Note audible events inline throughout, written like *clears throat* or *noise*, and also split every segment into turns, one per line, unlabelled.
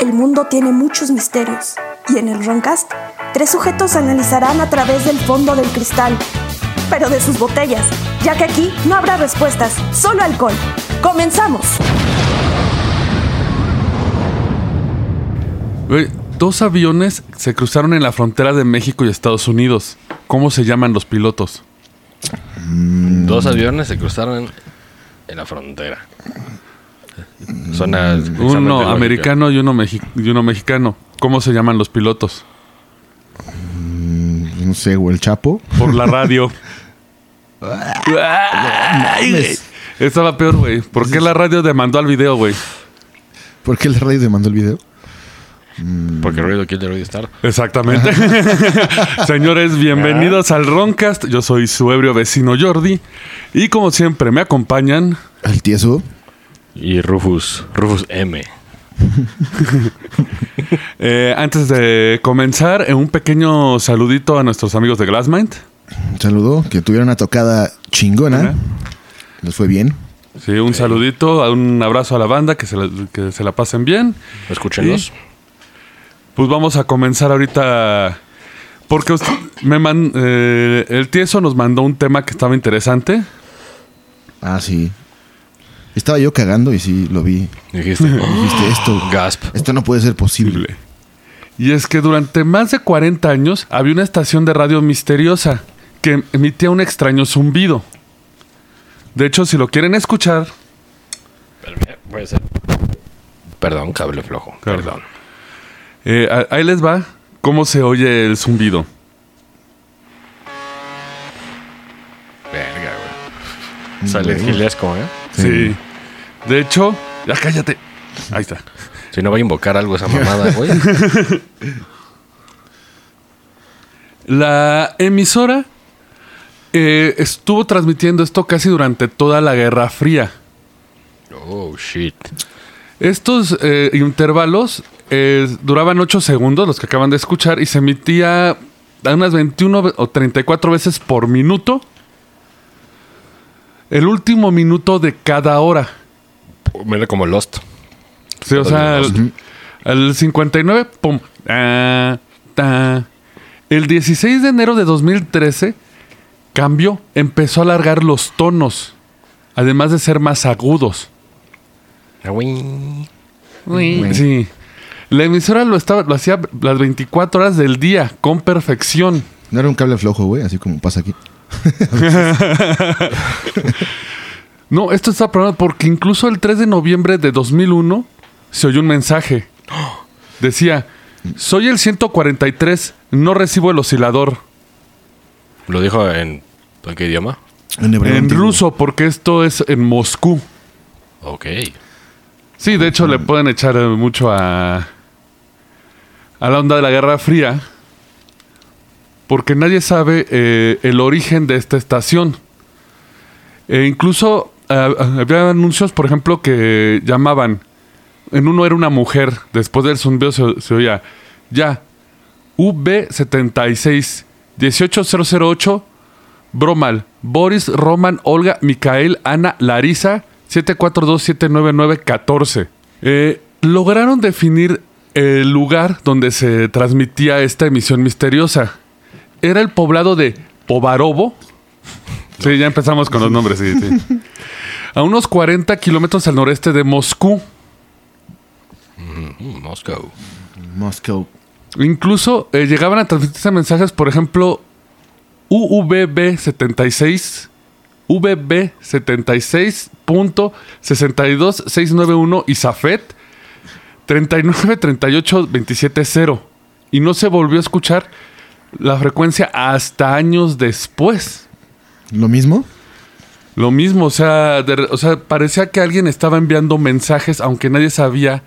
El mundo tiene muchos misterios y en el Roncast, tres sujetos analizarán a través del fondo del cristal, pero de sus botellas, ya que aquí no habrá respuestas, solo alcohol. ¡Comenzamos!
Güey, Dos aviones se cruzaron en la frontera de México y Estados Unidos. ¿Cómo se llaman los pilotos? Mm.
Dos aviones se cruzaron en, en la frontera. Suena exactamente
Mm. Uno
lógica.
americano y uno, mexi- y uno mexicano. ¿Cómo se llaman los pilotos?
No sé, güey, el Chapo.
Por la radio. Ay, güey. Estaba peor, güey. ¿Por qué la radio demandó al video, güey?
¿Por qué el radio demandó el video?
Porque ruido quiere ruido estar.
Exactamente. *laughs* Señores, bienvenidos al Roncast. Yo soy su ebrio vecino Jordi. Y como siempre, me acompañan.
¿El tieso?
Y Rufus, Rufus M.
Eh, antes de comenzar, eh, un pequeño saludito a nuestros amigos de Glassmind.
Un saludo. Que tuvieron una tocada chingona. Les fue bien.
Sí, un saludito, a- un abrazo a la banda, que se la, que se la pasen bien.
Escúchenlos.
Pues vamos a comenzar ahorita. Porque usted- me man- eh, el tieso nos mandó un tema que estaba interesante.
Ah, sí. Estaba yo cagando y sí, lo vi.
*laughs*
Dijiste, "Oh,
Dijiste esto.
gasp.
Esto no puede ser posible.
Y es que durante más de 40 años había una estación de radio misteriosa que emitía un extraño zumbido. De hecho, si lo quieren escuchar,
Puede ser. Perdón, cable flojo.
Claro.
Perdón.
eh, a- ahí les va cómo se oye el zumbido.
Verga,
Mm,
güey. Sale gilesco, ¿eh?
Sí. De hecho, ya cállate. Ahí está.
Si no va a invocar algo esa mamada,
*laughs*
güey.
La emisora eh, estuvo transmitiendo esto casi durante toda la Guerra Fría.
Oh, shit.
Estos eh, intervalos eh, duraban 8 segundos, los que acaban de escuchar, y se emitía a unas 21 ve- o 34 veces por minuto. El último minuto de cada hora.
Mira como Lost.
Sí, o sea, al, al 59, pum. Ah, ta. El 16 de enero de 2013 cambió, empezó a alargar los tonos, además de ser más agudos.
Ah, güey.
Sí. La emisora lo, estaba, lo hacía las 24 horas del día, con perfección.
No era un cable flojo, güey, así como pasa aquí.
No, esto está probado porque incluso el 3 de noviembre de 2001 se oyó un mensaje. Decía, soy el 143, no recibo el oscilador.
¿Lo dijo en, ¿en qué idioma?
En, hebreo
En
antiguo.
ruso, porque esto es en Moscú.
Ok.
Sí, de hecho le pueden echar eh, mucho a, a la onda de la Guerra Fría, porque nadie sabe eh, el origen de esta estación. E incluso ah, ah, había anuncios, por ejemplo, que llamaban, en uno era una mujer, después del zumbido se, se oía, ya, V76, 18008, Bromal, Boris, Roman, Olga, Micael, Ana, Larisa, 742-799-14. Eh, lograron definir el lugar donde se transmitía esta emisión misteriosa. Era el poblado de Povarovo. Sí, ya empezamos con los nombres. sí, sí. A unos 40 kilómetros al noreste de Moscú.
Mm, Moscow.
Moscow.
Incluso eh, llegaban a transmitirse mensajes, por ejemplo, UVB76, VB76.62691 y Safet 3938270. Y no se volvió a escuchar la frecuencia hasta años después.
¿Lo mismo?
Lo mismo, o sea, de re- o sea, parecía que alguien estaba enviando mensajes, aunque nadie sabía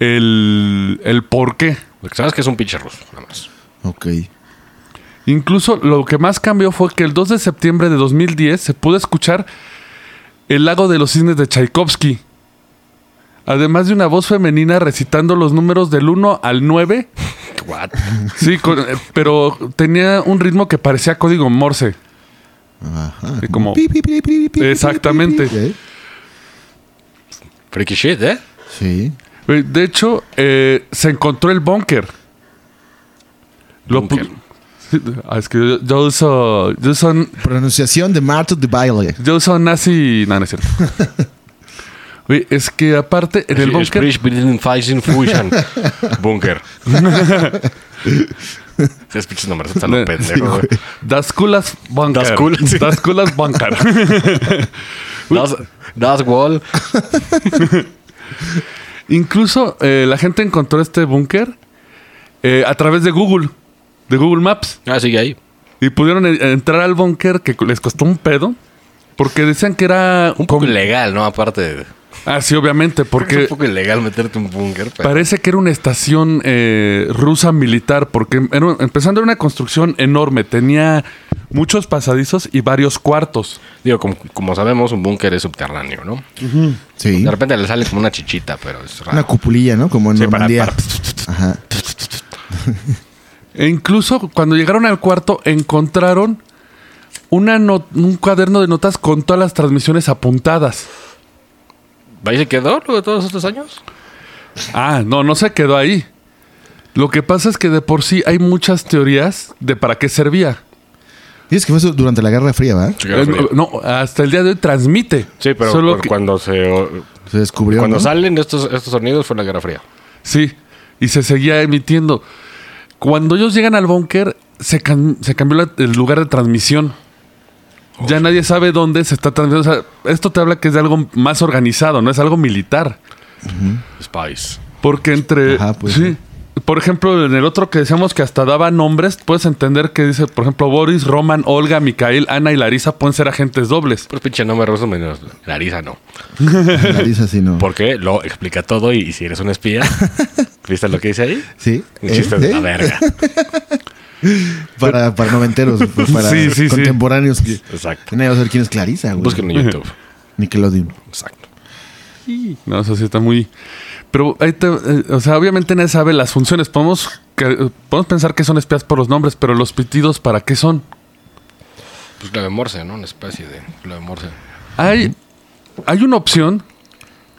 el, el por qué.
Porque sabes que es un pinche ruso, nada más.
Ok.
Incluso lo que más cambió fue que el 2 de septiembre de 2010 se pudo escuchar El lago de los cisnes de Tchaikovsky. Además de una voz femenina recitando los números del 1 al 9.
What? *laughs*
Sí, con- eh, *laughs* pero tenía un ritmo que parecía código Morse.
Ajá.
Sí, como-
Pi, pi, pi, pi, pi, pi, pi,
Exactamente.
pi, pi, pi.
Freaky shit, ¿eh?
Sí.
Güey, De hecho, eh, se encontró el búnker. Lo
Búnker.
pu- Sí, ah, es que yo, yo uso. Yo uso,
Pronunciación de Marto de Baile.
yo uso nazi. No, no es *laughs* cierto. Güey, es que aparte, en el
Sí,
búnker.
Sprich, Bildung, Feisen,
*laughs*
Fusion. Búnker. Esos pinches nombres *laughs* están los pendejos, güey.
Das Kulas Bunker.
Das Kulas, sí.
Das Kulas
*laughs*
Bunker.
Das, das Wall.
Incluso eh, la gente encontró este búnker eh, a través de Google, de Google Maps.
Ah, sigue ahí.
Y pudieron e- entrar al búnker que les costó un pedo. Porque decían que era...
Un poco
com-
ilegal, ¿no? Aparte.
Ah, sí, obviamente,
Es
porque
un poco ilegal meterte un búnker. pero-
parece que era una estación eh, rusa militar. Porque era- empezando era una construcción enorme. Tenía muchos pasadizos y varios cuartos.
Digo, como, como sabemos, un búnker es subterráneo, ¿no?
Sí.
De repente le sale como una chichita, pero es raro.
Una cupulilla, ¿no? Como en
Sí, para-
Normandía.
para-
Ajá.
E incluso cuando llegaron al cuarto encontraron una no- un cuaderno de notas con todas las transmisiones apuntadas.
¿Ahí se quedó luego de todos estos años?
Ah, no, no se quedó ahí. Lo que pasa es que de por sí hay muchas teorías de para qué servía.
Dices que fue eso durante la Guerra Fría, ¿verdad?
Eh, no, no, hasta el día de hoy transmite.
Sí, pero
Solo
cu-
que-
cuando se o-
Se descubrió.
cuando
¿no?
salen estos, estos sonidos fue la Guerra Fría.
Sí, y se seguía emitiendo. Cuando ellos llegan al búnker, se, cam- se cambió la- el lugar de transmisión. Ya nadie sabe dónde se está transmitiendo. O sea, esto te habla que es de algo más organizado, no es algo militar.
Spice.
Porque entre.
Ajá, pues,
sí.
sí.
Por ejemplo, en el otro que decíamos que hasta daba nombres, puedes entender que dice, por ejemplo, Boris, Roman, Olga, Micael, Ana y Larisa pueden ser agentes dobles.
Por pinche nombre ruso, menos Larisa no.
Nariz así, ¿no?
Porque lo explica todo y si eres un
*laughs*
espía, ¿viste lo que dice ahí?
Sí.
Un
¿Eh?
chiste de la
¿Eh?
verga.
Para, para noventeros, pues,
*laughs*
para
Sí, sí, sí.
contemporáneos.
Exacto.
Nadie va a saber quién es Clarisa, güey.
Búsquenlo en YouTube.
Nickelodeon.
Exacto.
No, eso sí está muy. Pero ahí te- eh, o sea, obviamente nadie sabe las funciones. Podemos, que- podemos pensar que son espías por los nombres, pero los pitidos, ¿para qué son?
Pues clave morse, ¿no? Una especie de clave morse.
Hay, hay una opción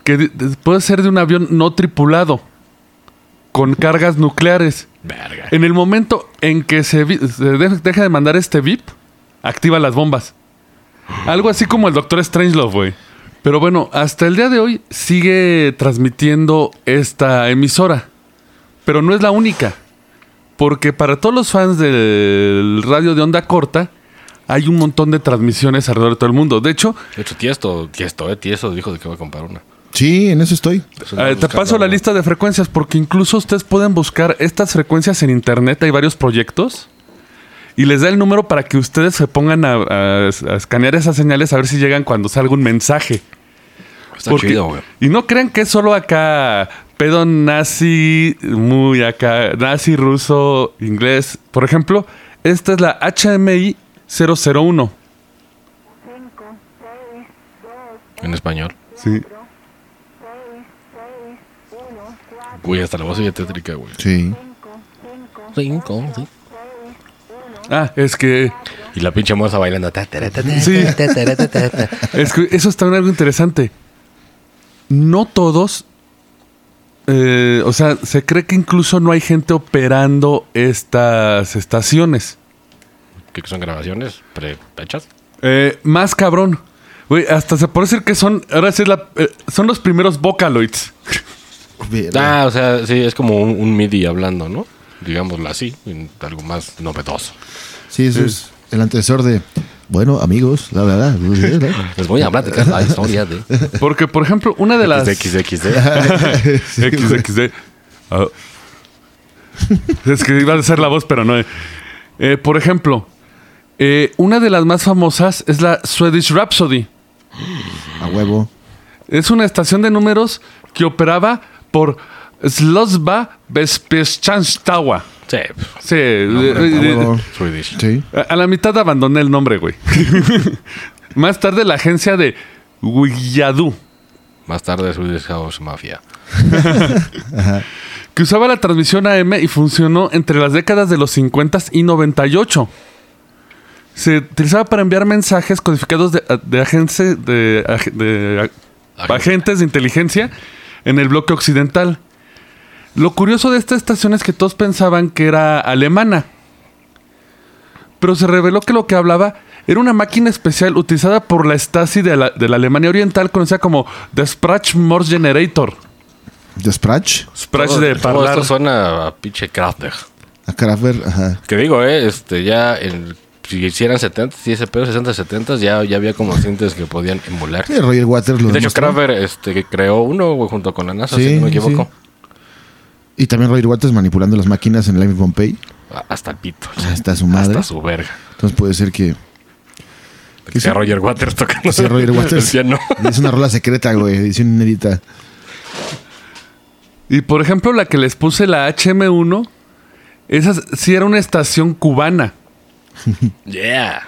que de- de- puede ser de un avión no tripulado, con cargas nucleares.
Verga.
*laughs* En el momento en que se, vi- se de- deja de mandar este VIP, activa las bombas. Algo así como el Doctor Strangelove, güey. Pero bueno, hasta el día de hoy sigue transmitiendo esta emisora. Pero no es la única. Porque para todos los fans del radio de onda corta, hay un montón de transmisiones alrededor de todo el mundo. De hecho,
De hecho, Tiesto, Tiesto, ¿eh? Tiesto dijo de que va a comprar una.
Sí, en eso estoy.
eh,
Eso andamos
te
buscando,
paso la
Pues ¿no?
lista de frecuencias porque incluso ustedes pueden buscar estas frecuencias en internet. Hay varios proyectos y les da el número para que ustedes se pongan a, a- a escanear esas señales a ver si llegan cuando salga un mensaje.
Está
Porque-
chido, güey.
Y no crean que es solo acá pedo nazi, muy acá, nazi ruso, inglés. Por ejemplo, esta es la HMI 001.
En español.
Sí.
Güey, hasta la voz ya tétrica, güey.
Sí.
Cinco, sí.
Ah, es que
Y la pinche morsa bailando. ta, ta, ta, ta, ta.
Sí. Es que eso es también algo interesante. No todos. eh, o sea, se cree que incluso no hay gente operando estas estaciones.
Que son grabaciones prehechas.
Eh, más cabrón. Güey, hasta se puede decir que son. Ahora sí es la- eh, son los primeros Vocaloids. Eh.
Verga.
Ah, o sea, sí, es como un, un MIDI hablando, ¿no? Digámoslo así, en algo más novedoso.
Sí, eso es el antecesor de. Bueno, amigos, la verdad.
*laughs*
la-
Les voy a hablar de la historia *laughs* de
Porque, por ejemplo, una de las.
XXXD.
*laughs*
Sí, güey.
XXD. Ah. Es que iba a ser la voz, pero no. eh. Eh, por ejemplo, eh, una de las más famosas es la Swedish Rhapsody.
A huevo.
Es una estación de números que operaba por Slozba Vespieschanstawa.
Sí,
Sí, eh,
a
eh,
huevo.
Swedish.
Sí.
a, a la mitad abandoné el nombre, güey. *laughs* Más tarde la agencia de Wiyadu,
Más tarde Swedish House Mafia.
que usaba la transmisión AM y funcionó entre las décadas de los 50 y 98. Se utilizaba para enviar mensajes codificados de, de, agencia- de, ag- de ag-
Agente.
agentes de inteligencia en el bloque occidental. Lo curioso de esta estación es que todos pensaban que era alemana. Pero se reveló que lo que hablaba era una máquina especial utilizada por la Stasi de la, de la Alemania Oriental, conocida como The Sprach Morse Generator.
¿De Sprach?
Sprach
Todo-
de
todo
parlar.
esto suena a pinche Kraftwerk.
A Kraftwerk, ajá.
Que digo, eh, este, ya en- si hicieran 70, si ese pedo 60, 70, ya, ya había como cintas que podían emular.
Sí, Roger Waters lo
Y de hecho,
demostró.
Kraftwerk este, que creó uno, güey, junto con la NASA,
Sí,
si no me
sí,
equivoco.
Y también Roger Waters manipulando las máquinas en Live Pompeii.
A- Hasta el pito.
Hasta su madre.
Hasta Ah, su verga.
Entonces puede ser que
Que sea Roger Waters tocando. *laughs*
sea Roger Waters.
Decía, no.
es una rola secreta, güey. Edición inédita.
Y por ejemplo, la que les puse, la HM1, esa sí era una estación cubana.
Yeah.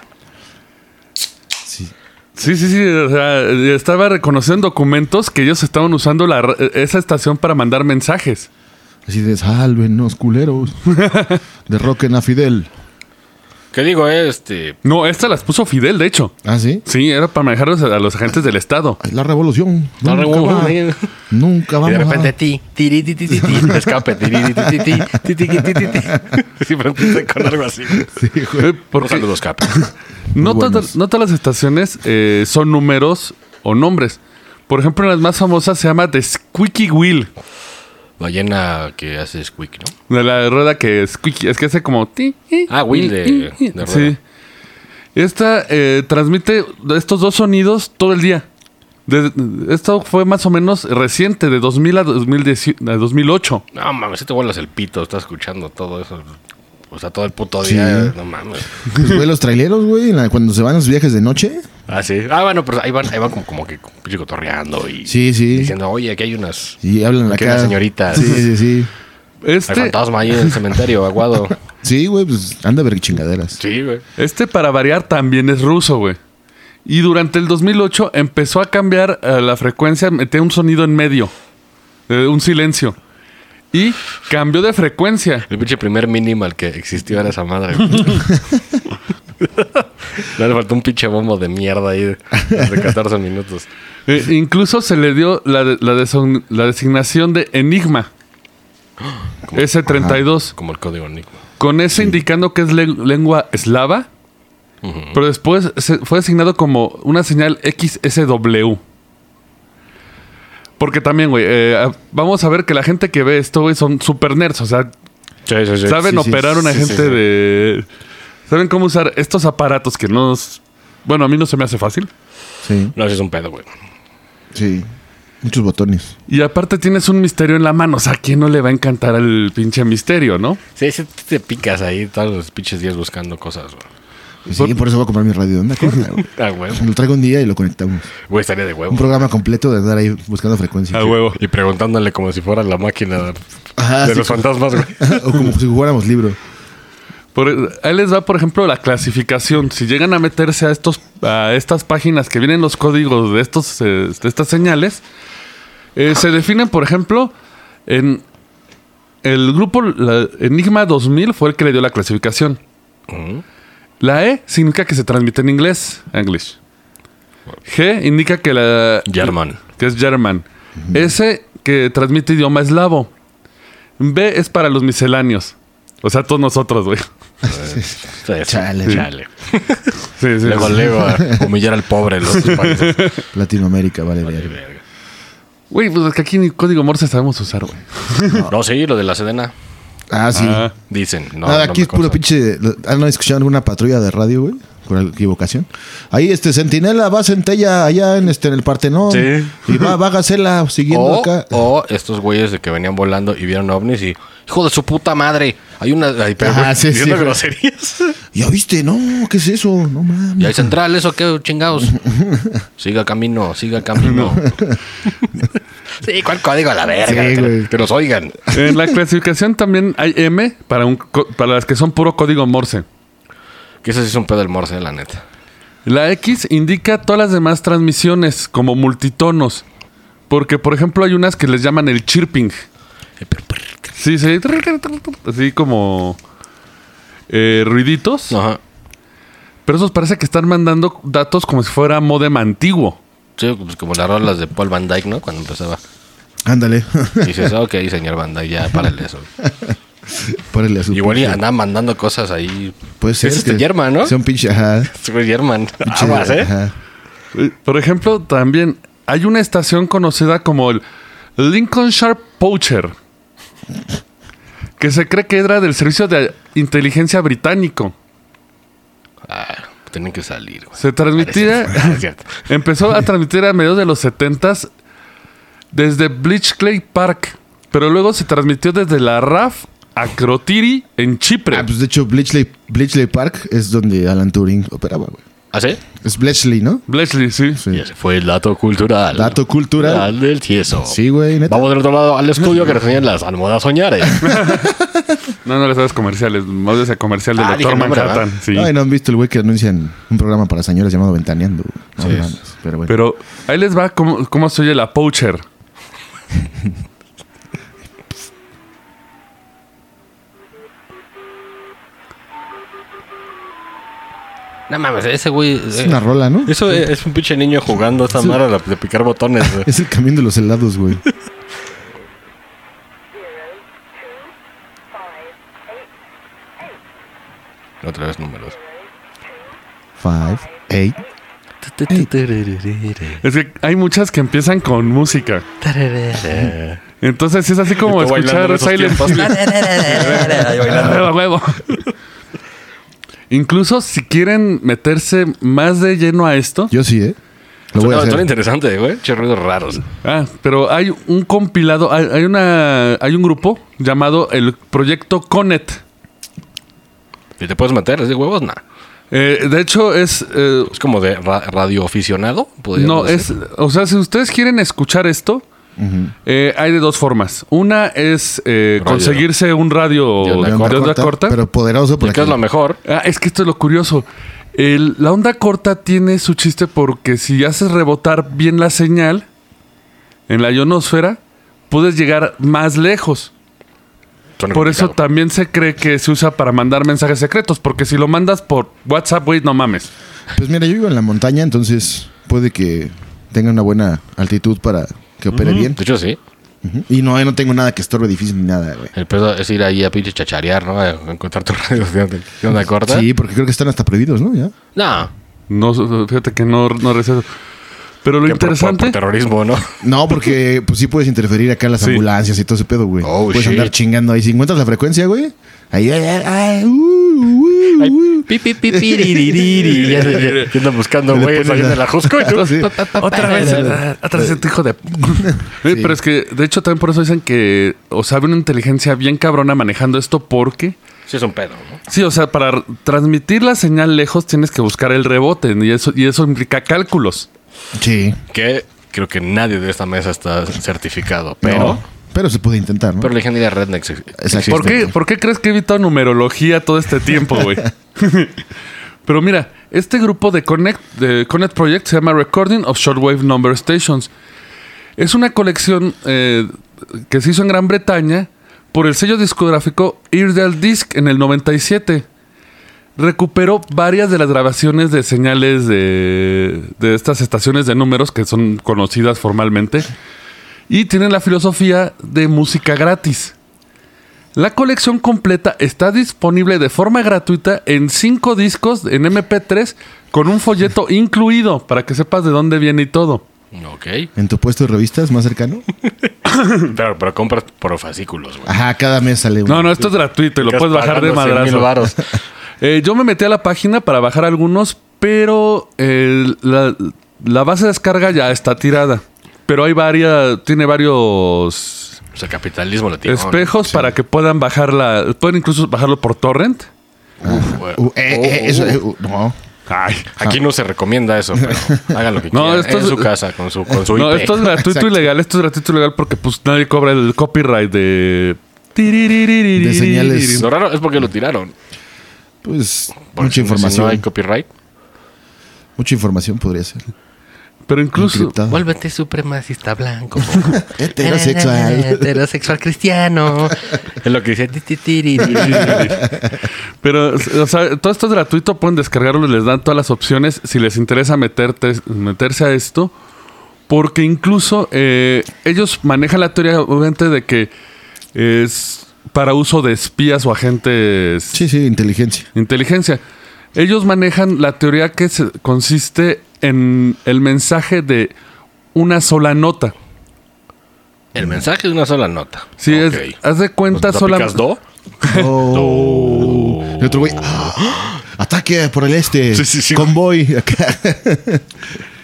Sí.
Sí, sí, sí. o sea, estaba reconocido en documentos que ellos estaban usando la ra- esa estación para mandar mensajes.
Así de, sálvenos, culeros. de Rock en a Fidel.
Que digo, eh, este.
No, esta las puso Fidel, de hecho.
Ah, sí.
Sí, era para manejarlos a, a los agentes del
*laughs*
Estado.
Ay, La revolución.
La
Nunca
revolución.
va- Nunca
Y
vamos
de repente,
a...
ti, tiri, ti, ti, ti, ti, te escape, tiri, ti, ti, ti, ti, ti, ti, ti, ti, *laughs* ti. Siempre empieza con algo así.
Eh,
Por
porque
de los escape.
no,
Muy
todas,
buenos.
no todas las estaciones eh, son números o nombres. Por ejemplo, en las más famosas se llama The Squeaky Wheel.
*laughs* Ballena que hace squeak, ¿no?
De la rueda que es squeaky, es que hace como ti. ti,
Ah, Will de-
ti, ti.
de rueda.
Sí. Esta eh, transmite estos dos sonidos todo el día. De- esto fue más o menos reciente, de 2000 a, 2010 a 2008.
No mames, si te vuelas el pito, estás escuchando todo eso. O sea, todo el puto
Sí.
día. No mames.
Pues, *laughs* güey, los traileros, güey, en la- cuando se van a los viajes de noche.
Ah, sí. Ah, bueno, pero ahí van, ahí van como, como que pinche cotorreando y
Sí, sí.
diciendo, oye, aquí hay unas.
Y hablan la
Aquí hay
cara.
unas señoritas.
Sí, sí, sí.
Hay
Este,
fantasma ahí en el cementerio, aguado.
Sí, güey, pues anda a ver chingaderas.
*laughs* Sí, güey.
este, para variar, también es ruso, güey. Y durante el 2008 empezó a cambiar eh, la frecuencia, metió un sonido en medio, eh, un silencio. Y cambió de frecuencia.
El pinche primer minimal que existió era esa madre. *laughs* güey. No le faltó un pinche bombo de mierda ahí de *laughs* de 14 minutos.
Eh, incluso se le dio la, de- la deson- la designación de Enigma S32,
Como el código Enigma.
con ese indicando que es le- lengua eslava, pero después se- fue designado como una señal XSW. Porque también, güey, eh, a- vamos a ver que la gente que ve esto, güey, son super nerds, o sea,
Sí, sí, sí.
saben
sí,
operar una
sí,
gente
sí, sí.
de... Saben cómo usar estos aparatos que no... s- Bueno, a mí no se me hace fácil.
Sí,
No, sí es un pedo, güey.
sí. Muchos botones.
Y aparte tienes un misterio en la mano. O sea, ¿a quién no le va a encantar el pinche misterio, no?
Sí, sí te picas ahí todos los pinches días buscando cosas, güey.
Sí, por eso voy a comprar mi
*laughs*
radio. ¿Dónde corta, güey?
Ah, güey.
Lo traigo un día y lo conectamos.
Güey, estaría de
Un
huevo.
programa completo de andar ahí buscando frecuencia.
Ah,
A huevo.
Y preguntándole como si fuera la máquina
Ajá,
de
sí,
los
como-
fantasmas, güey.
*laughs* o como si jugáramos libro.
Por- ahí les va, por ejemplo, la clasificación. Si llegan a meterse a, estos, a estas páginas que vienen los códigos de, estos, eh, de estas señales, eh, se definen, por ejemplo, en el grupo la- Enigma 2000 fue el que le dio la clasificación. La E significa que se transmite en inglés, English. G indica que la,
German.
que es German. S, que transmite idioma eslavo. B es para los misceláneos. O sea, todos nosotros, güey. *laughs*
Sí, sí.
Chale.
Chale.
Sí, sí,
Luego,
sí.
luego, a *laughs* humillar al pobre los países.
Latinoamérica, vale, verga.
Güey, pues es que aquí ni código Morse sabemos usar, güey.
No, sí, lo de la Sedena.
Ah, sí.
Ah,
Dicen. No,
Nada,
no me
aquí es puro
consta.
pinche. lo- ¿Han escuchado alguna patrulla de radio, güey? Por equivocación. Ahí, este, Centinela va a Centella allá en, este, en el Partenón.
Sí. Oh,
Y va, va a Gacela siguiendo
O,
acá.
o estos güeyes de que venían volando y vieron ovnis y hijo de su puta madre. Hay una ay, pero,
Ajá,
güey,
sí,
diciendo
sí.
groserías.
Ya viste, no, ¿qué es eso? No
Y
mames.
hay central, eso qué
*laughs*
chingados. Siga camino, siga camino. *laughs* sí, ¿cuál código a la verga?
Sí,
Que-
güey.
que nos oigan.
En la clasificación también hay M para, un, co- para las que son puro código Morse.
Que eso sí es un pedo del morse, la neta.
La X indica todas las demás transmisiones como multitonos. Porque, por ejemplo, hay unas que les llaman el chirping. Sí, sí. Así como eh, ruiditos.
Ajá.
Pero esos parece que están mandando datos como si fuera modem antiguo.
*laughs*
Sí, pues como las rolas de Paul Van Dyke, ¿no? Cuando empezaba.
Ándale. *laughs*
Y dices, ok, señor Banda, ya párale eso.
Párale a su
Igual y
pinche-
andan mandando cosas ahí.
Puede ser
es este
que
yerma, ¿no?
Sea un pinche, ajá.
Super German.
Pinche-
Aguas, ¿eh?
ajá.
Eh, Por ejemplo, también hay una estación conocida como el Lincolnshire Poacher, que se cree que era del servicio de inteligencia británico.
Ah, tienen que salir, güey.
Se transmitía,
Parece- es cierto.
*laughs* empezó a transmitir a mediados de los 70s desde Bleachclay Park, pero luego se transmitió desde la RAF a Crotiri en Chipre.
Ah, pues de hecho, Bletchley, Bletchley Park es donde Alan Turing operaba, güey.
¿Ah, sí?
Es Bletchley, ¿no?
Bletchley, sí.
Sí.
Y ese fue el dato cultural.
Dato cultural.
Al del tieso.
Sí, güey, neta.
Vamos del otro lado al estudio que nos enseñan las almohadas soñares.
No, no les sabes comerciales, más de ese comercial del
Ah, dije
doctor
el nombre,
Manhattan.
¿verdad?
sí.
Ay, no han visto el güey que anuncian un programa para señoras llamado Ventaneando. güey? No mames, pero bueno.
Pero ahí les va cómo, cómo se oye la poacher.
no mames, ese güey.
es
eh,
una rola, ¿no?
*laughs* Eso es, es un pinche niño jugando a esta madre de- de picar botones, güey.
*laughs* Es el camino de los helados, güey.
Otra vez números.
Five, eight.
Es que hay muchas que empiezan con música. Entonces sí es así como
Estoy bailando en
escuchar
esos
Silent *laughs*
tiempos.
Hill.
*laughs*
Huevo, huevo. Incluso si quieren meterse más de lleno a esto,
Yo sí, ¿eh? Lo voy a
Suena, suena
hacer.
interesante, güey. Che, ruidos raros.
ah, pero hay un compilado, hay, hay una, hay un grupo llamado el Proyecto Conet.
¿Y te puedes meter? ¿Es de huevos? Nah.
Eh, de hecho es, eh,
Es como de ra- radioaficionado. podríamos
no es,
decir.
o sea, si ustedes quieren escuchar esto, eh, hay de dos formas. Una es eh,
Radio.
conseguirse un radio de onda corta,
Pero poderoso
¿Y
porque
qué es lo mejor?
Ah, es que esto es lo curioso. El- la onda corta tiene su chiste porque si haces rebotar bien la señal en la ionosfera, puedes llegar más lejos.
Suena
Por eso
complicado.
también se cree que se usa para mandar mensajes secretos, porque si lo mandas por WhatsApp, güey, no mames.
Pues mira, yo vivo en la montaña, entonces puede que tenga una buena altitud para que opere bien.
De hecho, sí.
Ujú. Y no, ahí no tengo nada que estorbe difícil ni nada, güey.
El pedo es ir ahí a pinche chacharear, ¿no? A encontrar tu *laughs* radio de onda- de onda corta.
Sí, porque creo que están hasta prohibidos, ¿no? Ya.
No.
No, fíjate que no, no receso. Pero lo
que por-
interesante,
Por, por terrorismo, ¿no?
No, *laughs* porque pues sí puedes interferir acá en las
Sí.
ambulancias y todo ese pedo, güey.
Oh,
puedes
shit.
andar chingando ahí. Si encuentras la frecuencia, güey. Ahí, ay, ay, ay, uh, uh, uh.
Pi, pi, pi, pi, ri, ri, ri, ri. Ya, ya, ya, ya andan buscando,
Le
güey,
pones
ahí
la-
de la Jusco. y tú-
Sí.
otra vez, ah, otra vez, este hijo *laughs* de... Eh, Pero es que, de hecho, también por eso dicen que, o sea, había una inteligencia bien cabrona manejando esto porque...
Sí, es un pedo, ¿no?
Sí, o sea, para r- transmitir la señal lejos tienes que buscar el rebote y eso, y eso implica cálculos.
Sí.
Que creo que nadie de esta mesa está certificado, pero.
No, *laughs* pero se puede intentar, ¿no?
Pero la ingeniería Redneck. se-
Exacto.
¿Por qué, ¿Por qué crees que he evitado numerología todo este tiempo, güey? Pero mira, este grupo de Connect, de Connect Project se llama Recording of Shortwave Number Stations. Es una colección eh, que se hizo en Gran Bretaña por el sello discográfico Irdal Disc en el 97. Recuperó varias de las grabaciones de señales de, de estas estaciones de números que son conocidas formalmente y tienen la filosofía de música gratis. La colección completa está disponible de forma gratuita en cinco discos en MP3 con un
*laughs*
folleto incluido para que sepas de dónde viene y todo.
Ok.
¿En tu puesto de revistas más cercano?
*clears throat* Pero, pero compras por fascículos, güey.
Ajá, cada mes sale uno.
No, no, esto es gratuito y Ah, lo
Estás
puedes bajar de
pagando 100,000
madrazo. *laughs*
varos.
Eh, yo me metí a la página para bajar algunos, pero eh, la, la base de descarga ya está tirada. Pero hay varias, tiene varios
O sea, capitalismo latino.
espejos para que puedan bajarla. Pueden incluso bajarlo por torrent.
Uf, güey.
Uh, eh, eh,
Uh,
eso,
uh.
eh, uh, no.
Ay,
Aquí no se recomienda eso,
*laughs*
pero hagan lo que
No,
quieran.
esto
en
es-
su casa, con
*laughs*
su, con su
No,
IP.
esto
*laughs*
es gratuito y legal, esto es gratuito y legal porque pues nadie cobra el copyright de... De
De señales.
Lo raro es porque lo tiraron.
Pues
Porque
mucha
si-
información.
Si no hay copyright.
Mucha información podría ser.
Pero incluso...
Encriptada.
Vuélvete supremacista blanco.
Heterosexual.
Heterosexual cristiano.
Es lo que dice.
Ti, ti, ti, ri, ri, ri.
Pero, o sea, todo esto es gratuito, pueden descargarlo y les dan todas las opciones si les interesa meterte, meterse a esto. Porque incluso eh, ellos manejan la teoría, obviamente, de que es para uso de espías o agentes
Sí, sí, inteligencia.
inteligencia. Ellos manejan la teoría que se- consiste en el mensaje de una sola nota.
El mensaje es una sola nota.
Sí, es-
Ok.
haz de cuenta
¿No
sola.
picas do?
Oh. Y otro güey. ¡ah! Ataque por el este.
Sí, sí, sí.
Convoy. acá.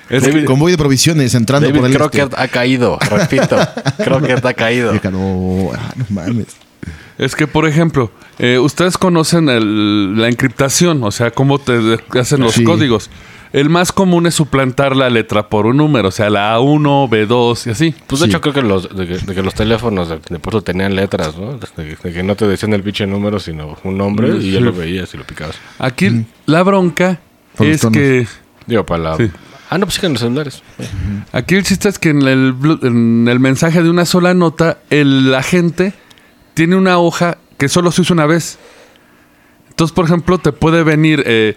Es que-
Convoy de provisiones entrando
David
por el
Crockett
este.
ha caído,
*laughs*
repito. Crockett ha caído.
Y acá, No, ah, no mames.
Es que, por ejemplo, eh, ustedes conocen el- la encriptación, o sea, cómo te de- hacen los
Sí.
códigos. El más común es suplantar la letra por un número, o sea, la A1, B2 y así.
Pues de hecho creo que los, de que, de que los teléfonos de, de pronto tenían letras, ¿no? De, de- de que no te decían el pinche número, sino un nombre y ya lo veías y lo picabas.
Aquí la bronca
Por los
es
tonos.
que...
Digo, para la...
Sí.
Ah, no, pues sí que en los celulares.
Aquí el chiste es que en el, blu- en el mensaje de una sola nota, el agente tiene una hoja que solo se usa una vez. Entonces, por ejemplo, te puede venir eh,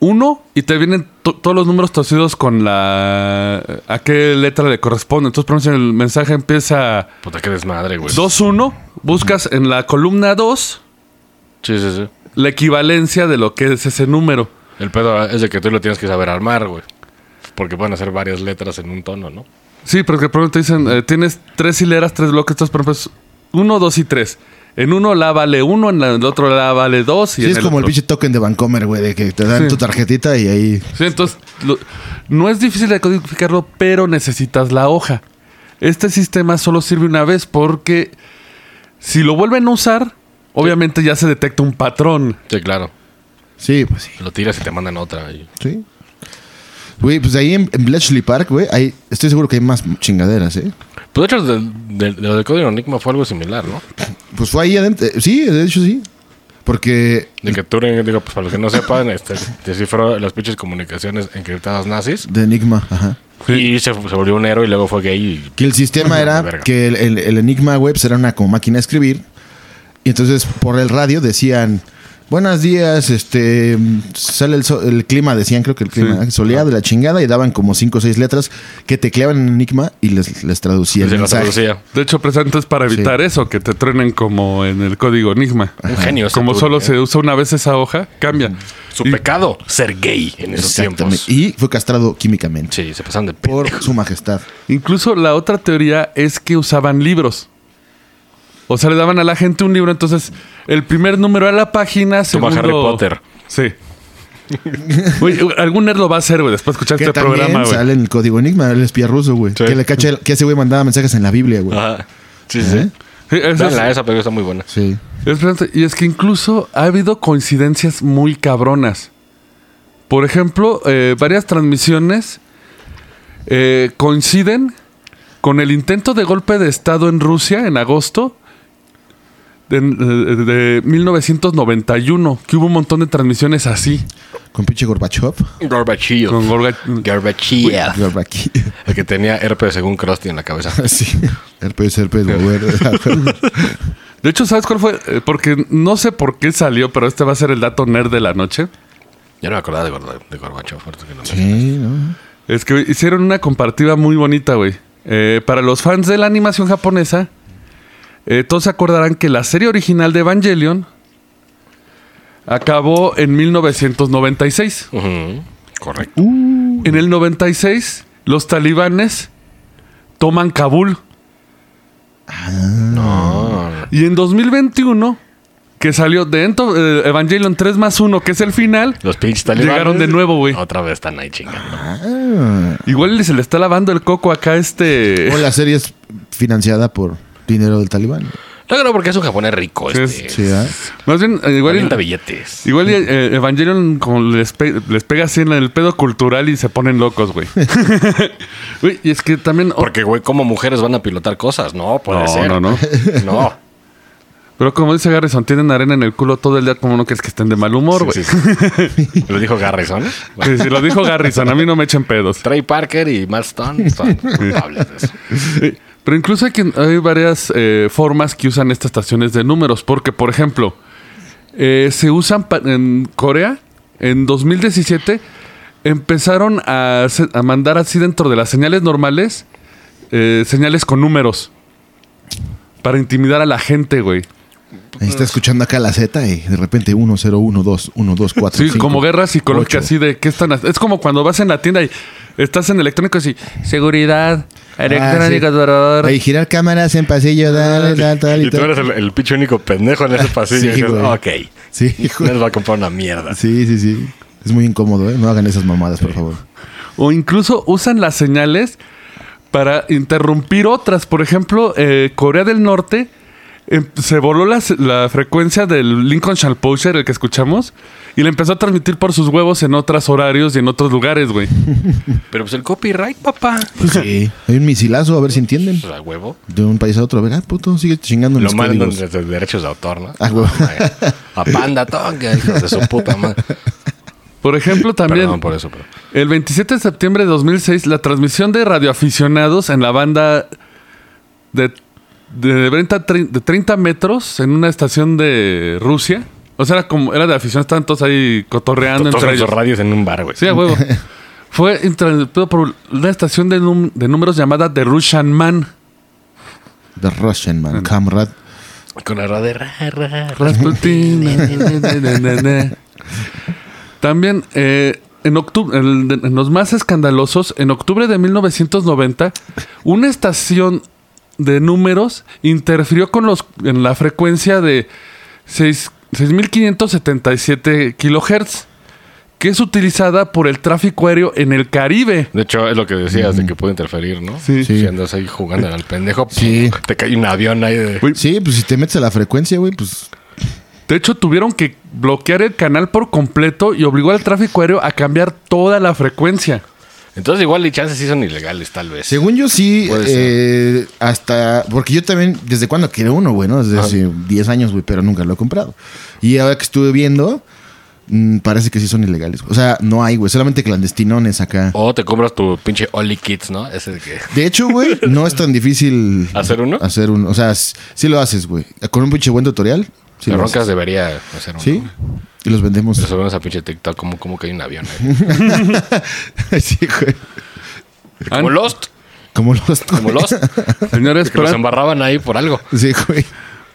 uno y te vienen to- todos los números torcidos con la a qué letra le corresponde. Entonces, por ejemplo, si el mensaje empieza
Puta, qué desmadre, güey.
2-1, buscas en la columna 2
Sí, sí, sí.
la equivalencia de lo que es ese número.
El pedo es de que tú lo tienes que saber armar, güey. Porque pueden hacer varias letras en un tono, ¿no?
Sí, pero que por ejemplo te dicen, eh, tienes tres hileras, tres bloques, tres ejemplo, uno, dos y tres. En uno la vale uno, en la- el otro la vale dos. Y
Sí,
en
es como el
otro-
pinche token de Vancomer, güey, de que te dan
Sí.
tu tarjetita y ahí.
Sí, entonces lo- no es difícil de codificarlo, pero necesitas la hoja. Este sistema solo sirve una vez porque si lo vuelven a usar, obviamente ya se detecta un patrón.
Sí, claro.
Sí, pues sí.
Lo tiras y te mandan otra. y-
Sí. Güey, pues ahí en, en Bletchley Park, güey, hay- estoy seguro que hay más chingaderas, ¿eh?
Pues de hecho, de, de- de lo del código Enigma fue algo similar, ¿no?
Pues fue ahí adentro. eh, Sí, de hecho sí. Porque.
De que Turing, digo, pues para los que no sepan, este, descifró las pinches comunicaciones encriptadas nazis.
De Enigma, ajá.
Y se, se volvió un héroe y luego fue gay. y-
Que el sistema
Ajá,
era
de verga.
que el, el- el Enigma web era una como máquina de escribir. Y entonces por el radio decían. Buenos días, este sale el, sol- el clima, decían creo que el clima soleado de la chingada y daban como cinco o seis letras que tecleaban en Enigma y les, les traducía
y
el
se la
mensaje.
traducía.
De hecho, presente es para evitar eso, que te truenen como en el código Enigma.
Un genio. ese
Como
Turing,
solo
¿eh?
se usa una vez esa hoja, cambia.
Su
Y-
pecado, ser gay en esos
Exactamente.
tiempos.
Y fue castrado químicamente
Sí, se pasan de
por
pendejos.
su majestad.
Incluso la otra teoría es que usaban libros. O sea, le daban a la gente un libro, entonces el primer número a la página se
Como a Harry Potter.
Sí. Güey, algún nerd lo va a hacer, güey, después de escuchar
Que
este
también
programa, güey.
sale en el código Enigma, el espía ruso, güey.
Sí.
Que le cacha que ese güey mandaba mensajes en la Biblia, güey.
Ajá. Sí, sí.
¿Eh?
Sí, eso es-
Véanla, esa película está muy buena.
Sí.
es bastante- y es que incluso ha habido coincidencias muy cabronas. Por ejemplo, eh, varias transmisiones eh, coinciden con el intento de golpe de Estado en Rusia en agosto de, de 1991, que hubo un montón de transmisiones así,
Con pinche Gorbachev.
Gorbachillo.
con Gorga-
Gorbachillo.
*laughs* Gorbaki.
El que tenía herpes según Krusty en la cabeza.
Ah, sí. Herpes, herpes, güey.
De hecho, ¿sabes cuál fue? Eh, Porque no sé por qué salió, pero este va a ser el dato nerd de la noche.
Yo no me acordaba de, Gorda- de Gorbachev. ahorita que lo mencionas.
sí, ¿no?
Es que hicieron una comparativa muy bonita, güey. Eh, para los fans de la animación japonesa, eh, todos se acordarán que la serie original de Evangelion acabó en 1996.
Ujú, Correcto.
En el 96, los talibanes toman Kabul.
No.
Y en 2021, que salió de Ento- eh, Evangelion 3 más 1, que es el final,
Los pinches talibanes.
Llegaron de nuevo, güey.
Otra vez están ahí chingando.
igual se le está lavando el coco acá a este...
O la serie es financiada por dinero del talibán.
No creo porque es un japonés rico
Sí,
este.
Sí, ¿ah? ¿verdad?
Más bien, eh, igual...
Calienta billetes.
Igual eh, Evangelion como les, pe- les pega así en el pedo cultural y se ponen locos,
*laughs*
güey. Güey, y es que también... oh,
Porque, güey, como mujeres van a pilotar cosas? No, puede
No,
ser.
no, no.
No.
Pero como dice Garrison, tienen arena en el culo todo el día, como no quieres que estén de mal humor, güey.
Sí,
Sí,
sí, sí. Lo dijo Garrison.
*laughs* sí, lo dijo Garrison, a mí no me echen pedos.
Trey Parker y Matt Stone son culpables de eso.
Eh, Pero incluso hay, quien- hay varias eh, formas que usan estas estaciones de números, porque, por ejemplo, eh, se usan pa- en Corea, en 2017, empezaron a, hacer- a mandar así dentro de las señales normales, eh, señales con números. Para intimidar a la gente, güey.
Ahí está escuchando acá la Z y de repente 1012124.
Sí, como guerra psicológica así de qué están haciendo. Es como cuando vas en la tienda y estás en electrónico y
Seguridad.
electrónica,
Electrónica,
Ahí Ah, girar cámaras en pasillo, dale, tal, tal y
Ah, Y tú
tal.
eres el, el pinche único pendejo en ese pasillo.
sí,
y dices,
güey.
ok,
Sí,
no
güey.
les va a comprar una mierda.
sí, sí, sí. Es muy incómodo, ¿eh? No hagan esas mamadas,
*laughs*
por favor.
O incluso usan las señales para interrumpir otras. Por ejemplo, eh, Corea del Norte em, se voló la, se- la frecuencia del Lincolnshire Pusher, el que escuchamos, y le empezó a transmitir por sus huevos en otros horarios y en otros lugares, güey.
Pero pues el copyright, papá.
Sí. Hay un misilazo, a ver si entienden.
O sea, huevo.
De un país a otro, a ver, ah, puto, sigue chingando en
Lo
los
mandan
códigos.
de, de derechos de autor, ¿no?
Ah, huevo.
A Panda Tonga, hijos de su puta madre.
Por ejemplo, también
Perdón por eso, pero.
el 27 de septiembre de 2006, la transmisión de radioaficionados en la banda de, de, 30, tre- de 30 metros en una estación de Rusia. O sea, era como era de afición, estaban todos ahí cotorreando
Todos
entre
los
ellos.
radios en un bar, güey.
Sí, a huevo. Fue interrumpido por una estación de, num- de números llamada The Russian Man.
The Russian Man, Comrade.
Con la radio de ra, ra, ra.
*laughs*
Rasputin. También, eh, en, octubre, en- en los más escandalosos, en octubre de 1990, una estación de números interfirió con los, en la frecuencia de seis- 6.577 kilohertz, que es utilizada por el tráfico aéreo en el Caribe.
De hecho, es lo que decías, de que puede interferir, ¿no?
Sí.
Si andas ahí jugando al pendejo,
Sí.
te cae un avión ahí de.
Güey,
Sí, pues si te metes a la frecuencia, güey, pues
De hecho, tuvieron que bloquear el canal por completo y obligó al tráfico aéreo a cambiar toda la frecuencia.
Entonces, igual y chances sí son ilegales, tal vez.
Según yo sí,
Puede
eh, hasta... Porque yo también, ¿desde cuándo quiero uno, güey? ¿no? Desde hace 10 años, güey, pero nunca lo he comprado. Y ahora que estuve viendo, mm, parece que sí son ilegales. güey. O sea, no hay, güey, solamente clandestinones acá.
O te compras tu pinche Oli Kids, ¿no? Ese de que.
De hecho, güey, no es tan difícil...
¿Hacer uno?
Hacer uno. O sea, s- sí lo haces, güey. Con un pinche buen tutorial. Sí.
Pero
lo
Roncas
haces.
debería hacer uno.
Sí. Y los vendemos.
Pero subimos a pinche TikTok como, como que hay un avión ahí.
*laughs* sí, güey.
Han-
Como Lost.
Como los...
Como
*laughs*
Lost.
Señores,
que los
pero, an-
embarraban ahí por algo.
Sí, güey.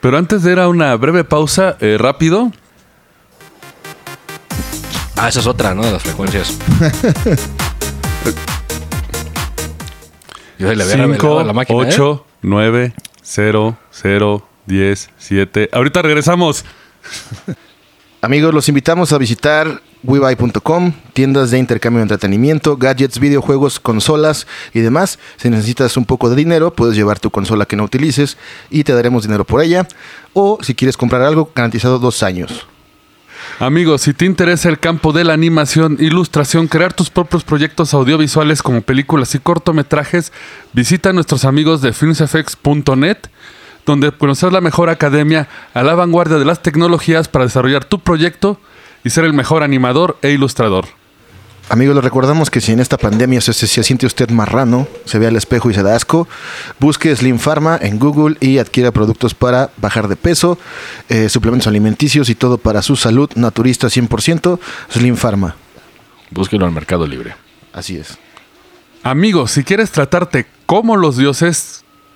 pero antes de ir a una breve pausa, eh, rápido,
Ah, esa es otra, ¿no? De las
*laughs*
frecuencias. Yo se le había revelado
5,
a la máquina. ¿eh?
8, 9, 0, 0, 10, 7. Ahorita regresamos.
Amigos, los invitamos a visitar webuy.com, tiendas de intercambio de entretenimiento, gadgets, videojuegos, consolas y demás. Si necesitas un poco de dinero, puedes llevar tu consola que no utilices y te daremos dinero por ella. O si quieres comprar algo, garantizado dos años.
Amigos, si te interesa el campo de la animación, ilustración, crear tus propios proyectos audiovisuales como películas y cortometrajes, visita a nuestros amigos de filmsfx.net, donde conocerás la mejor academia a la vanguardia de las tecnologías para desarrollar tu proyecto y ser el mejor animador e ilustrador.
Amigos, les recordamos que si en esta pandemia se, se- se siente usted marrano, se ve al espejo y se da asco, busque Slim Pharma en Google y adquiera productos para bajar de peso, eh, suplementos alimenticios y todo para su salud naturista 100%, Slim Pharma.
Búsquelo en Mercado Libre.
Así es.
Amigos, si quieres tratarte como los dioses,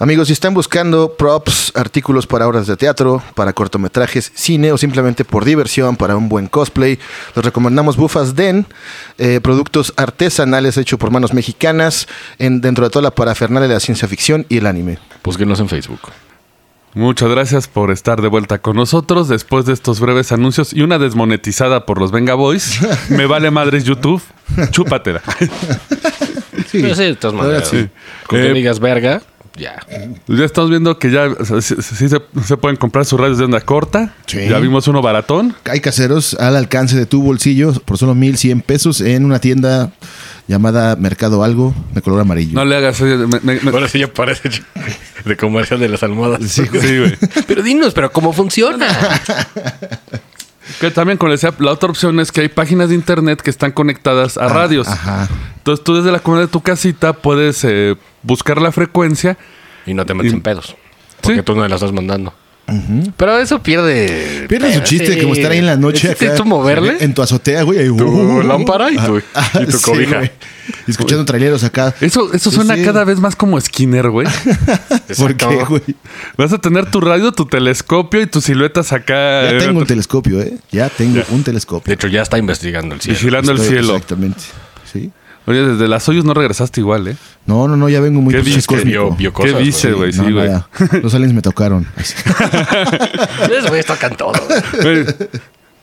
Amigos, si están buscando props, artículos para obras de teatro, para cortometrajes, cine o simplemente por diversión, para un buen cosplay, les recomendamos Bufas Den, eh, productos artesanales hechos por manos mexicanas en, dentro de toda la parafernalia de la ciencia ficción y el anime.
Búsquenos en Facebook.
Muchas gracias por estar de vuelta con nosotros después de estos breves anuncios y una desmonetizada por los Venga Boys. Me vale madres YouTube, chúpatela.
Sí, sí, de todas maneras.
sí.
Con que
Eh,
digas verga, Ya.
Pues Ya estamos viendo que ya o sea, sí, sí se, se pueden comprar sus radios de onda corta.
Sí.
Ya vimos uno baratón.
Hay caseros al alcance de tu bolsillo por solo 1100 pesos en una tienda llamada Mercado Algo de color amarillo.
No le hagas. oye, me- me- me-
Ahora sí ya parece ch- de comercial de las almohadas.
Sí, güey.
Pero dinos, pero ¿cómo funciona?
Que también con el SEAP, la otra opción es que hay páginas de internet que están conectadas a radios.
Ah, Ajá.
Entonces tú desde la comunidad de tu casita puedes eh, buscar la frecuencia.
Y no te metes
Y-
en pedos. Porque
Sí.
tú no las estás mandando.
Pero eso pierde.
Pierde su chiste
sí.
como estar ahí en la noche.
¿Existe
acá,
tú moverle?
En tu azotea, güey. ahí,
Tu
uh,
lámpara y tu-
ah,
y tu
sí,
cobija.
güey. Y escuchando traileros acá.
Eso, eso
Sí,
suena
sí.
cada vez más como Skinner,
*laughs*
güey.
¿Por
Exacto.
qué, güey?
Vas a tener tu radio, tu telescopio y tus siluetas acá.
Ya
eh,
tengo un telescopio, ¿eh? Ya tengo un telescopio.
De hecho, ya está investigando el cielo.
Vigilando el
Estoy-
cielo.
Exactamente. Sí.
Oye, desde las hoyos no regresaste igual,
*laughs*
¿eh?
No, no, no, ya vengo muy
¿Qué
pinche
dices?
Que vio,
cósmico.
vio cosas.
¿Qué dice,
*laughs*
güey?
No,
Sí, güey.
nada. Los aliens me tocaron.
Los güeyes tocan todo.
Güey,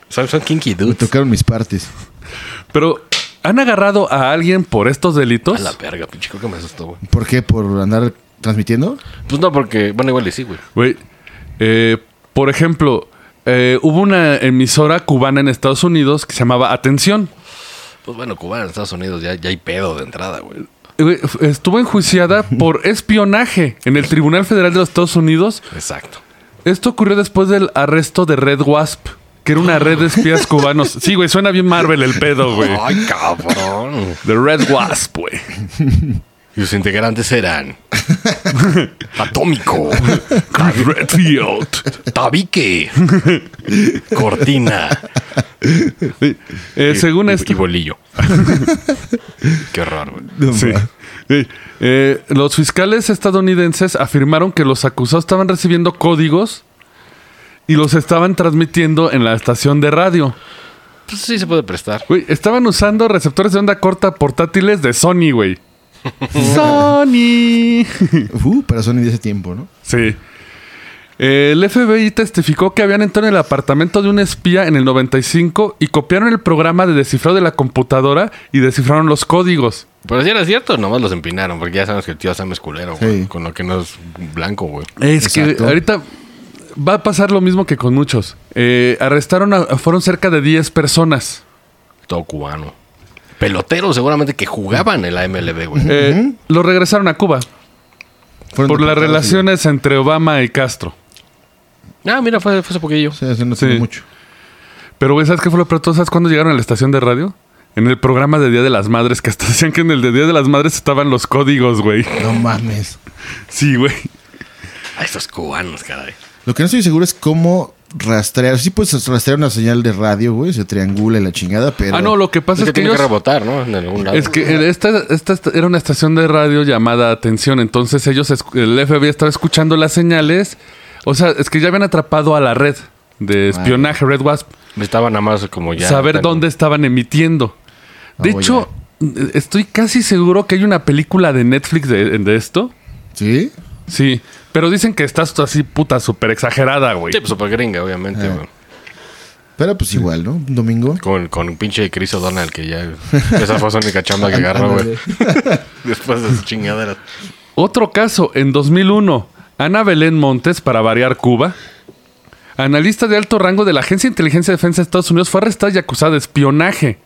Son, son kinky
Me
dudes.
tocaron mis partes.
Pero, ¿han agarrado a alguien por estos
A
delitos?
la verga, pinche, creo que me asustó, güey.
¿Por qué? ¿Por andar transmitiendo?
Pues no, porque, bueno, igual y sí, güey.
Güey, eh, por ejemplo, eh, hubo una emisora cubana en Estados Unidos que se llamaba Atención.
Pues bueno, Cuba en Estados Unidos ya, ya hay pedo de entrada, güey.
Güey, f- Estuvo
*laughs*
enjuiciada por espionaje en el Tribunal Federal de los Estados Unidos.
Exacto.
Esto ocurrió después del arresto de Red Wasp, que era
*laughs*
una red de espías cubanos. Sí, güey, suena bien Marvel el pedo, güey.
Ay, cabrón.
The Red Wasp, güey.
Y sus
*laughs*
integrantes eran Atómico,
Redfield.
Tabique, Cortina
Eh, eh,
y-
según
y,
esto. *laughs*
y Bolillo. Qué raro, güey.
Sí. Sí. Eh, los fiscales estadounidenses afirmaron que los acusados estaban recibiendo códigos y los estaban transmitiendo en la estación de radio.
Pues sí se puede prestar.
Güey, estaban usando receptores de onda corta portátiles de Sony, güey. Sony.
Uh, pero son de ese tiempo, ¿no?
sí. Eh, El FBI testificó que habían entrado en el apartamento de un espía en el 95 y copiaron el programa de descifrado de la computadora y descifraron los códigos.
Pero si era cierto, nomás los empinaron, porque ya sabemos que el tío Sam es culero, güey.
Sí.
Con lo que no es blanco, güey.
Es
Exacto.
que ahorita va a pasar lo mismo que con muchos. Eh, arrestaron a, fueron cerca de 10 personas.
Todo cubano. Peloteros seguramente que jugaban en la MLB, güey.
Eh, Los regresaron a Cuba
Fueron
por las
deportados y-
relaciones entre Obama y Castro.
Ah, mira, fue, fue hace poquillo.
O sea, eso no
Sí.
tiene mucho.
Pero, güey, ¿sabes qué fue lo peor? ¿Tú ¿Sabes cuándo llegaron a la estación de radio? En el programa de Día de las Madres, que hasta *laughs* decían que en el de Día de las Madres estaban los códigos, güey.
No mames.
Sí, güey.
A estos Ah, cubanos, caray.
Lo que no estoy seguro es cómo rastrear. Sí puedes rastrear una señal de radio, güey. Se triangula y la chingada, pero...
Ah, no, lo que pasa
Pues Es
es, que,
que tiene que
ellos-
rebotar, ¿no? En algún lado.
Es que esta, esta era una estación de radio llamada Atención, entonces ellos, escu- el FBI estaba escuchando las señales. O sea, es que ya habían atrapado a la red de espionaje, Red Wasp,
Estaba nada más como ya.
saber
tan-
dónde estaban emitiendo. De
Ah,
hecho, eh, estoy casi seguro que hay una película de Netflix de, de esto.
¿Sí?
Sí, pero dicen que estás así puta súper exagerada, güey.
Sí, pues super gringa, obviamente,
Eh.
güey.
Pero pues igual, ¿no? Un domingo.
Con, con un pinche Chris O'Donnell que ya. Esa fue su única chamba
*laughs*
que agarró, güey. *laughs* Después de su chingadera.
Otro caso, en 2001, Ana Belén Montes, para variar Cuba, analista de alto rango de la Agencia de Inteligencia y Defensa de Estados Unidos, fue arrestada y acusada de espionaje.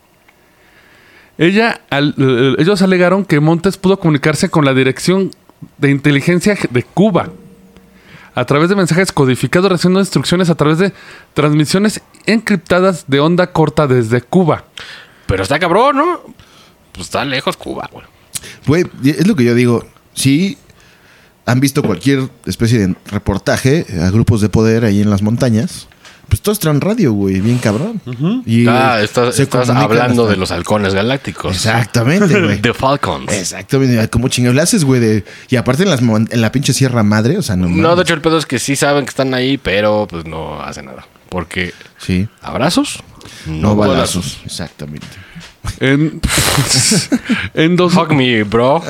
Ella, al- eh, ellos alegaron que Montes pudo comunicarse con la Dirección de Inteligencia de Cuba a través de mensajes codificados, recibiendo instrucciones a través de transmisiones encriptadas de onda corta desde Cuba.
Pero está cabrón, ¿no? Pues está lejos Cuba, güey.
Güey, es lo que yo digo. Si han visto cualquier especie de reportaje a grupos de poder ahí en las montañas, pues todos traen radio, güey, bien cabrón. Y
Ah,
eh,
estás,
se
estás
comunican
hablando
hasta-
de los halcones galácticos.
Exactamente,
*laughs*
güey.
The Falcons.
Exactamente, como chingados le haces, güey. de- Y aparte en, las mon- en la pinche Sierra Madre, o sea, no.
No,
mames.
de hecho, el pedo es que sí saben que están ahí, pero pues no hacen nada. Porque
Sí,
abrazos,
no,
no,
balazos.
balazos.
Exactamente.
En, *laughs* en dos-
Hug me,
*laughs*
bro.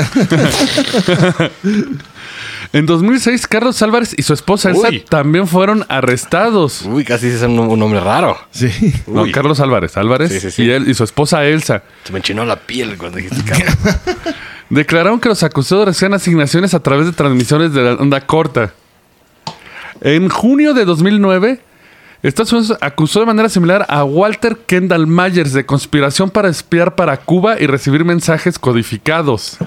En 2006, Carlos Álvarez y su esposa Elsa
Uy.
también fueron arrestados.
Uy, casi se un, un hombre raro.
Sí.
No,
Uy.
Carlos Álvarez, Álvarez
Sí, sí, sí.
Y, él, y su esposa Elsa.
Se me enchinó la piel cuando dijiste cabrón.
declararon que los acusados reciben asignaciones a través de transmisiones de la onda corta. En junio de 2009, Estados Unidos acusó de manera similar a Walter Kendall Myers de conspiración para espiar para Cuba y recibir mensajes codificados.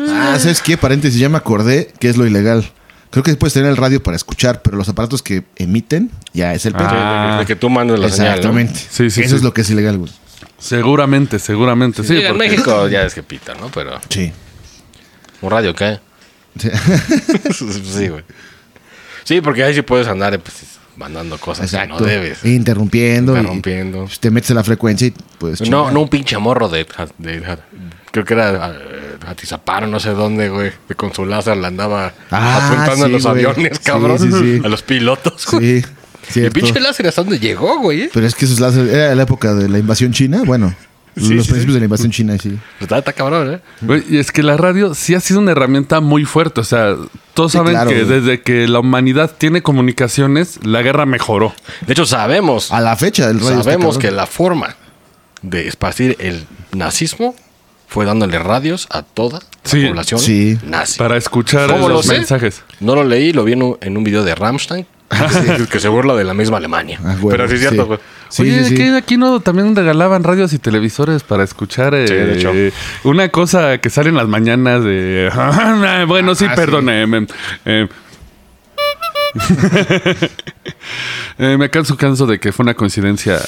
Ah, ¿sabes qué? Paréntesis, ya me acordé que es lo ilegal. Creo que puedes tener el radio para escuchar, pero los aparatos que emiten ya es el pedo.
Ah,
De, de que tú mandas la señal. ¿no?
Exactamente.
Sí, sí,
Eso
sí.
es lo que es ilegal, güey.
Seguramente, seguramente, sí.
Sí, en
porque-
México ya es que pita, ¿no? Pero
Sí.
un radio
*laughs*
cae. *laughs*
Sí.
sí, güey. Sí, porque ahí sí puedes andar eh, pues, mandando cosas
Exacto.
que no debes.
Interrumpiendo. y-
Interrumpiendo.
te metes a la frecuencia y pues.
No, no un pinche morro de, de- creo que era eh, Atizapán, no sé dónde, güey, que con su láser la andaba
Ah,
apuntando a
sí,
los
güey.
aviones,
Sí,
cabrón,
sí, sí.
a los pilotos, güey.
Sí.
Y el
cierto.
pinche láser hasta dónde llegó, güey. eh?
Pero es que esos láser era la época de la invasión china. Bueno,
Sí,
los
sí,
principios
sí.
de la invasión china, sí.
Está, está cabrón, ¿eh?
Güey, Y es que la radio sí ha sido una herramienta muy fuerte. O sea, todos
Sí,
saben
claro,
que
güey.
desde que la humanidad tiene comunicaciones, la guerra mejoró.
De hecho, sabemos,
A la fecha del radio. está
sabemos que
cabrón.
la forma de esparcir el nazismo fue dándole radios a toda
Sí,
la población
sí.
nazi.
Para escuchar
¿Cómo lo
los
sé?
mensajes.
No lo leí, lo vi en un, en un video de Rammstein, que- que se burla de la misma Alemania.
Ah, güey,
Pero sí es cierto, pues.
sí.
güey.
Sí,
Oye,
sí, sí.
que aquí no también regalaban radios y televisores para escuchar eh,
Sí, de hecho.
una cosa que sale en las mañanas de *laughs* bueno, sí,
Ah, sí.
perdón. eh, me- eh. Eh, me canso canso de que fue una coincidencia.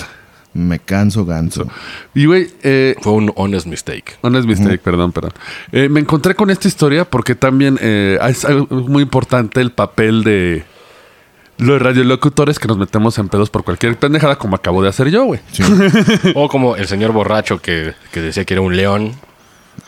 Me canso, ganso.
Y güey, eh,
Fue un honest mistake.
Honest mistake, perdón, perdón. Eh, me encontré con esta historia porque también eh, es algo muy importante el papel de los radiolocutores que nos metemos en pedos por cualquier pendejada como acabo de hacer yo, güey.
O como el señor borracho que, que decía que era un león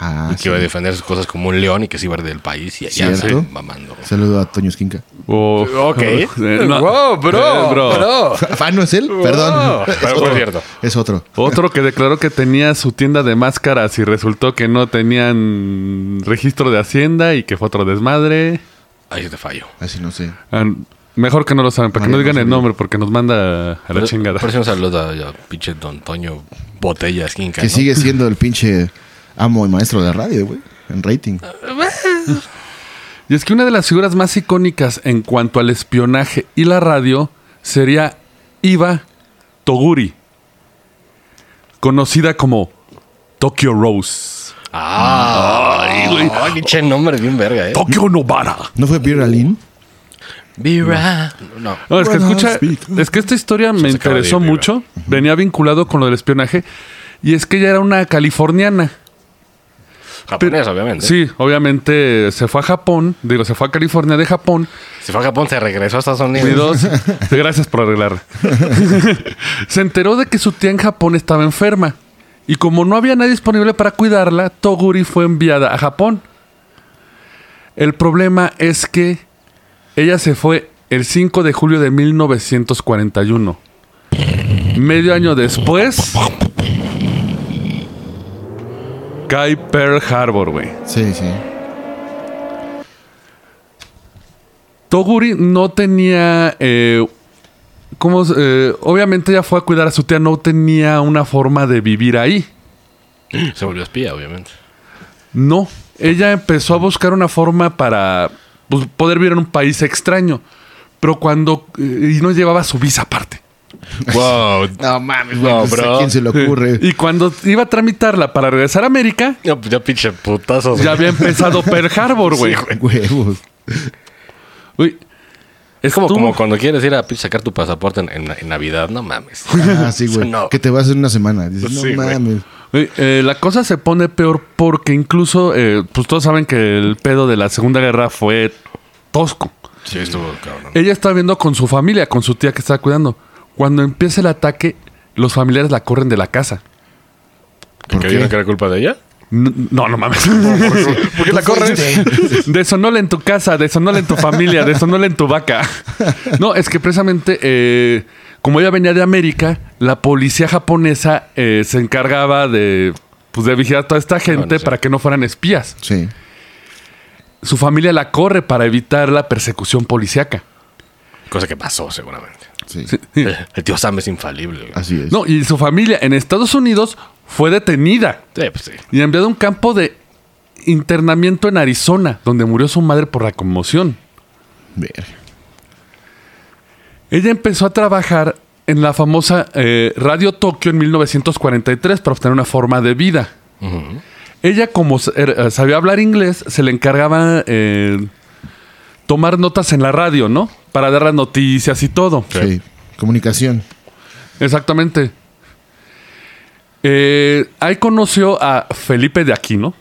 Ah,
y que
sí.
iba a defender sus cosas como un león y que se iba a ir del país y allá
Cierto.
se mamando.
Saludo a Toño Esquinca.
*laughs* O-
Ok.
*laughs* eh,
Wow,
Eh, bro.
*laughs* Ah, no es él, perdón.
Pero
*laughs* Es
fue
otro.
cierto.
Es otro.
Otro que declaró que tenía su tienda de máscaras y resultó que no tenían registro de Hacienda y que fue otro desmadre.
Ahí se te fallo.
Así no sé.
Ah, mejor que no lo saben, para que
Vale,
no digan
no
el
sabía.
nombre porque nos manda a la chingada.
Por eso un saludo a, a pinche Don Toño Botellas Quinca. *laughs*
Que sigue siendo el pinche amo y maestro de la radio, güey. En rating.
Y es que una de las figuras más icónicas en cuanto al espionaje y la radio sería Iva Toguri, conocida como Tokyo Rose.
Ah, ay, güey. Ay, pinche nombre bien verga, eh.
Tokyo Novara.
¿No fue Pierre Alin?
Vira. No.
No, es que
Bueno,
escucha,
speak.
es que esta historia me
se acaba de
interesó
ir,
mucho, venía vinculado con lo del espionaje, y es que ella era una californiana.
Japonés, obviamente.
Sí, obviamente se fue a Japón, digo, se fue a California de Japón,
Se fue a Japón, se regresó a Estados Unidos.
Y dos,
*laughs*
gracias por arreglar. *laughs* Se enteró de que su tía en Japón estaba enferma. Y como no había nadie disponible para cuidarla, Toguri fue enviada a Japón. El problema es que ella se fue el 5 de julio de 1941. Medio año después, cae Pearl Harbor, güey.
Sí, sí.
Toguri no tenía. Eh, ¿cómo se- eh, obviamente ella fue a cuidar a su tía, no tenía una forma de vivir ahí.
Se volvió espía, obviamente.
No. Ella empezó a buscar una forma para pues, poder vivir en un país extraño. Pero cuando. eh, y no llevaba su visa aparte.
Wow.
*laughs* No mames,
No,
pues,
bro.
¿A quién se le ocurre?
*laughs*
*laughs*
Y cuando iba a tramitarla para regresar a América,
Ya, ya pinche putazos.
ya había empezado Pearl Harbor, güey.
Huevos.
Uy,
Es como,
Estuvo-
como cuando quieres ir a sacar tu pasaporte en, en- en Navidad, no mames.
*laughs* Ah, sí, güey.
No.
Que te vas en una semana. Dices,
Sí,
no
güey.
mames.
Oye, eh, la cosa se pone peor porque incluso, eh, pues todos saben que el pedo de la Segunda Guerra fue tosco.
Sí, estuvo cabrón.
Ella está viendo con su familia, con su tía que está cuidando. Cuando empieza el ataque, los familiares la corren de la casa.
¿Que creyeron que era culpa de ella?
N- No, no mames.
¿Por qué la corres?
*laughs* Desonole en tu casa, desonole en tu familia, desonole en tu vaca. No, es que precisamente, eh, como ella venía de América, la policía japonesa eh, se encargaba de, pues, de vigilar a toda esta gente
Bueno, sí.
para que no fueran espías.
Sí.
Su familia la corre para evitar la persecución policiaca.
Cosa que pasó, seguramente.
Sí.
El tío Sam es infalible. güey.
Así es.
No, y su familia en Estados Unidos fue detenida
Sí, pues sí.
y enviada a un campo de internamiento en Arizona, donde murió su madre por la conmoción.
Ver.
Ella empezó a trabajar en la famosa eh, Radio Tokio en 1943 para obtener una forma de vida. Ella, como s- era- sabía hablar inglés, se le encargaba eh, tomar notas en la radio, ¿no? Para dar las noticias y todo.
Sí. Comunicación.
Exactamente. Eh, ahí conoció a Felipe de Aquino.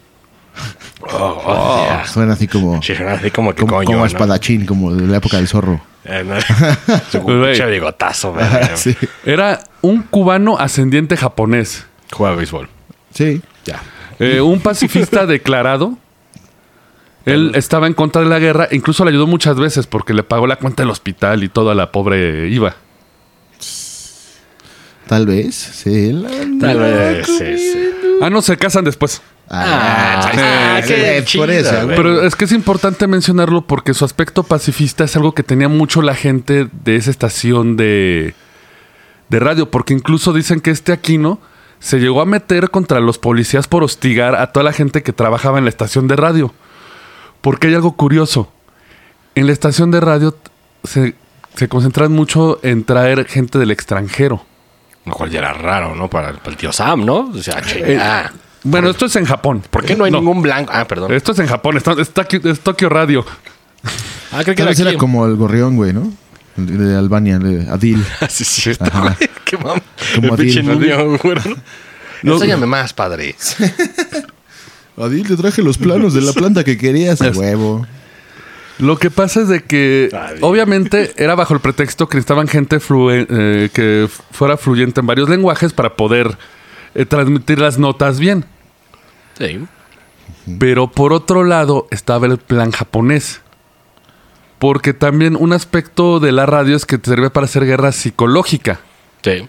Oh, hostia.
Suena así como,
Sí, suena así como que
como,
coño.
como
¿no?
espadachín, como de la época del zorro.
*laughs*
*laughs*
Eh, no. Su pinche bigotazo, verga.
sí.
Era un cubano ascendiente japonés.
Juega béisbol.
Sí.
Ya.
Eh, un pacifista declarado. Él estaba en contra de la guerra, incluso le ayudó muchas veces porque le pagó la cuenta del hospital y toda la pobre Iva.
Tal vez. Sí. la-
Tal vez, sí, sí.
Ah, no, se casan después.
Ah,
Ah,
sí,
qué
es por eso.
chido, güey.
Pero es que es importante mencionarlo porque su aspecto pacifista es algo que tenía mucho la gente de esa estación de, de radio, porque incluso dicen que este Aquino se llegó a meter contra los policías por hostigar a toda la gente que trabajaba en la estación de radio. Porque hay algo curioso. En la estación de radio t- se, se concentran mucho en traer gente del extranjero.
Lo cual ya era raro, ¿no? Para, para el tío Sam, ¿no? O sea, chinga.
Bueno, esto es en Japón.
¿Por qué Eh, no hay ningún blanco? Ah, perdón.
Esto es en Japón, está, está aquí- es Tokio Radio.
ah, creo que
Tal
era
vez
aquí.
era como el gorrión, güey, ¿no? El De Albania, el de Adil.
*laughs* Ah, sí, es cierto,
Ajá.
güey. Qué mam-
Como
El pinche
a ti,
niño, *laughs* güey. Enséñame más, padre.
*laughs* Adil, te traje los planos de la planta que querías. *laughs* A huevo.
Lo que pasa es de que,
Ay.
obviamente, era bajo el pretexto que necesitaban gente flue- eh, que fuera fluyente en varios lenguajes para poder eh, transmitir las notas bien.
Sí.
Pero por otro lado estaba el plan japonés. Porque también un aspecto de la radio es que te sirve para hacer guerra psicológica.
Sí.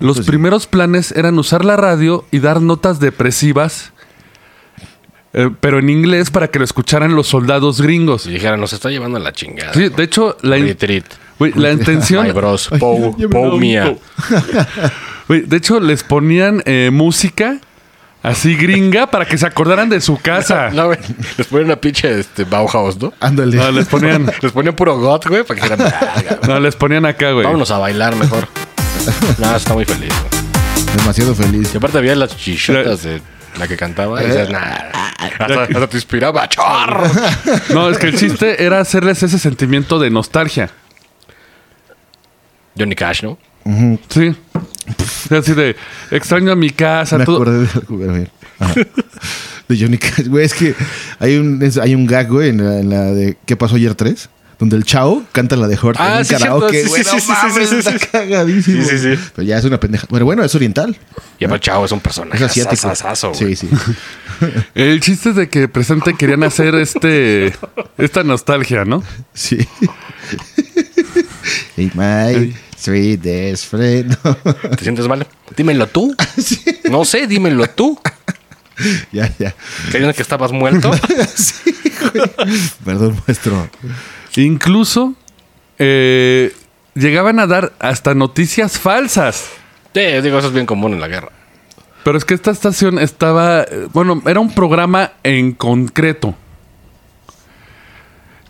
Los primeros planes eran usar la radio y dar notas depresivas, eh, pero en inglés para que lo escucharan los soldados gringos.
Si dijera, nos está llevando a la chingada.
Sí, de hecho, la, in-
Retreat.
güey, la intención...
*laughs* My bros. Pou.
llévame a
Pou
*laughs*
un
mía.
Güey, Oh, de hecho, les ponían eh, música así gringa para que se acordaran de su casa.
*laughs* No, güey. Les ponen una pinche este, Bauhaus, ¿no?
Ándale.
No, les ponían,
Les ponen puro God, güey, para que dijeran, "Verga, güey,
no, les ponían acá, güey.
*laughs* vámonos a bailar mejor. *laughs* Nada, está muy feliz, güey.
Demasiado feliz.
Y aparte había las chichotas de la que cantaba. Y decías, nah, *laughs* hasta, hasta te inspiraba, chorro.
No, es que el chiste era hacerles ese sentimiento de nostalgia.
Johnny Cash, ¿no?
Sí. Así de extraño a mi casa.
Me
todo.
acordé de algo, pero bien. Ajá. De Johnny Cash, güey. Es que hay un, es- hay un gag, güey, en la, en la de ¿Qué pasó ayer 3? Donde el chavo canta la de Hort
Ah,
en un
sí,
karaoke,
cierto. Sí, sí,
güey.
sí,
No
sí, sí,
mames,
sí,
está
sí.
cagadísimo.
Sí, sí, sí.
Pero ya es una pendeja. Bueno, bueno, es oriental.
Y aparte, chavo, es un personaje.
Es asiático.
asasazo, güey.
sí, sí.
El chiste es de que presente querían hacer este esta nostalgia, ¿no?
*laughs* Sí. Y my sweetest friend. *laughs*
¿Te sientes mal? Dímelo *laughs* tú. No sé, dímelo
*laughs*
tú.
ya, ya.
¿Creyendo que estabas muerto?
Perdón, maestro.
Incluso eh, llegaban a dar hasta noticias falsas.
Sí, digo, eso es bien común en la guerra.
Pero es que esta estación estaba, eh, bueno, era un programa en concreto.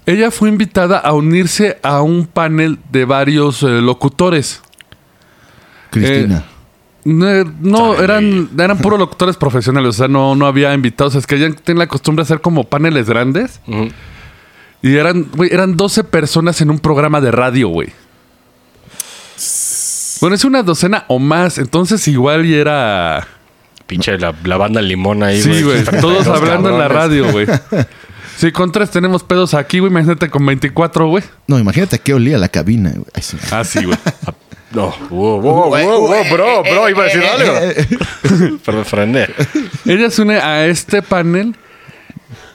Ella fue invitada a unirse a un panel de varios eh, locutores.
Cristina.
No, eh, no,
Chale.
eran, eran puros locutores profesionales, o sea, no, no había invitados. Es que ella tiene la costumbre de hacer como paneles grandes.
Ujú.
Y eran, güey, eran 12 personas en un programa de radio, güey. Bueno, es una docena o más, entonces igual y era...
Pinche la, la banda limón ahí,
Sí, güey. Todos
Los
hablando en la
cabrones.
radio, güey. Si con tres tenemos pedos aquí, güey, imagínate con 24, güey.
No, imagínate que olía la cabina, güey. Ay, sí.
Así, güey.
No. Wow, wow, wow, wow, bro,
eh,
bro, iba a decir algo. *laughs* Perdón, frené.
Ella se une a este panel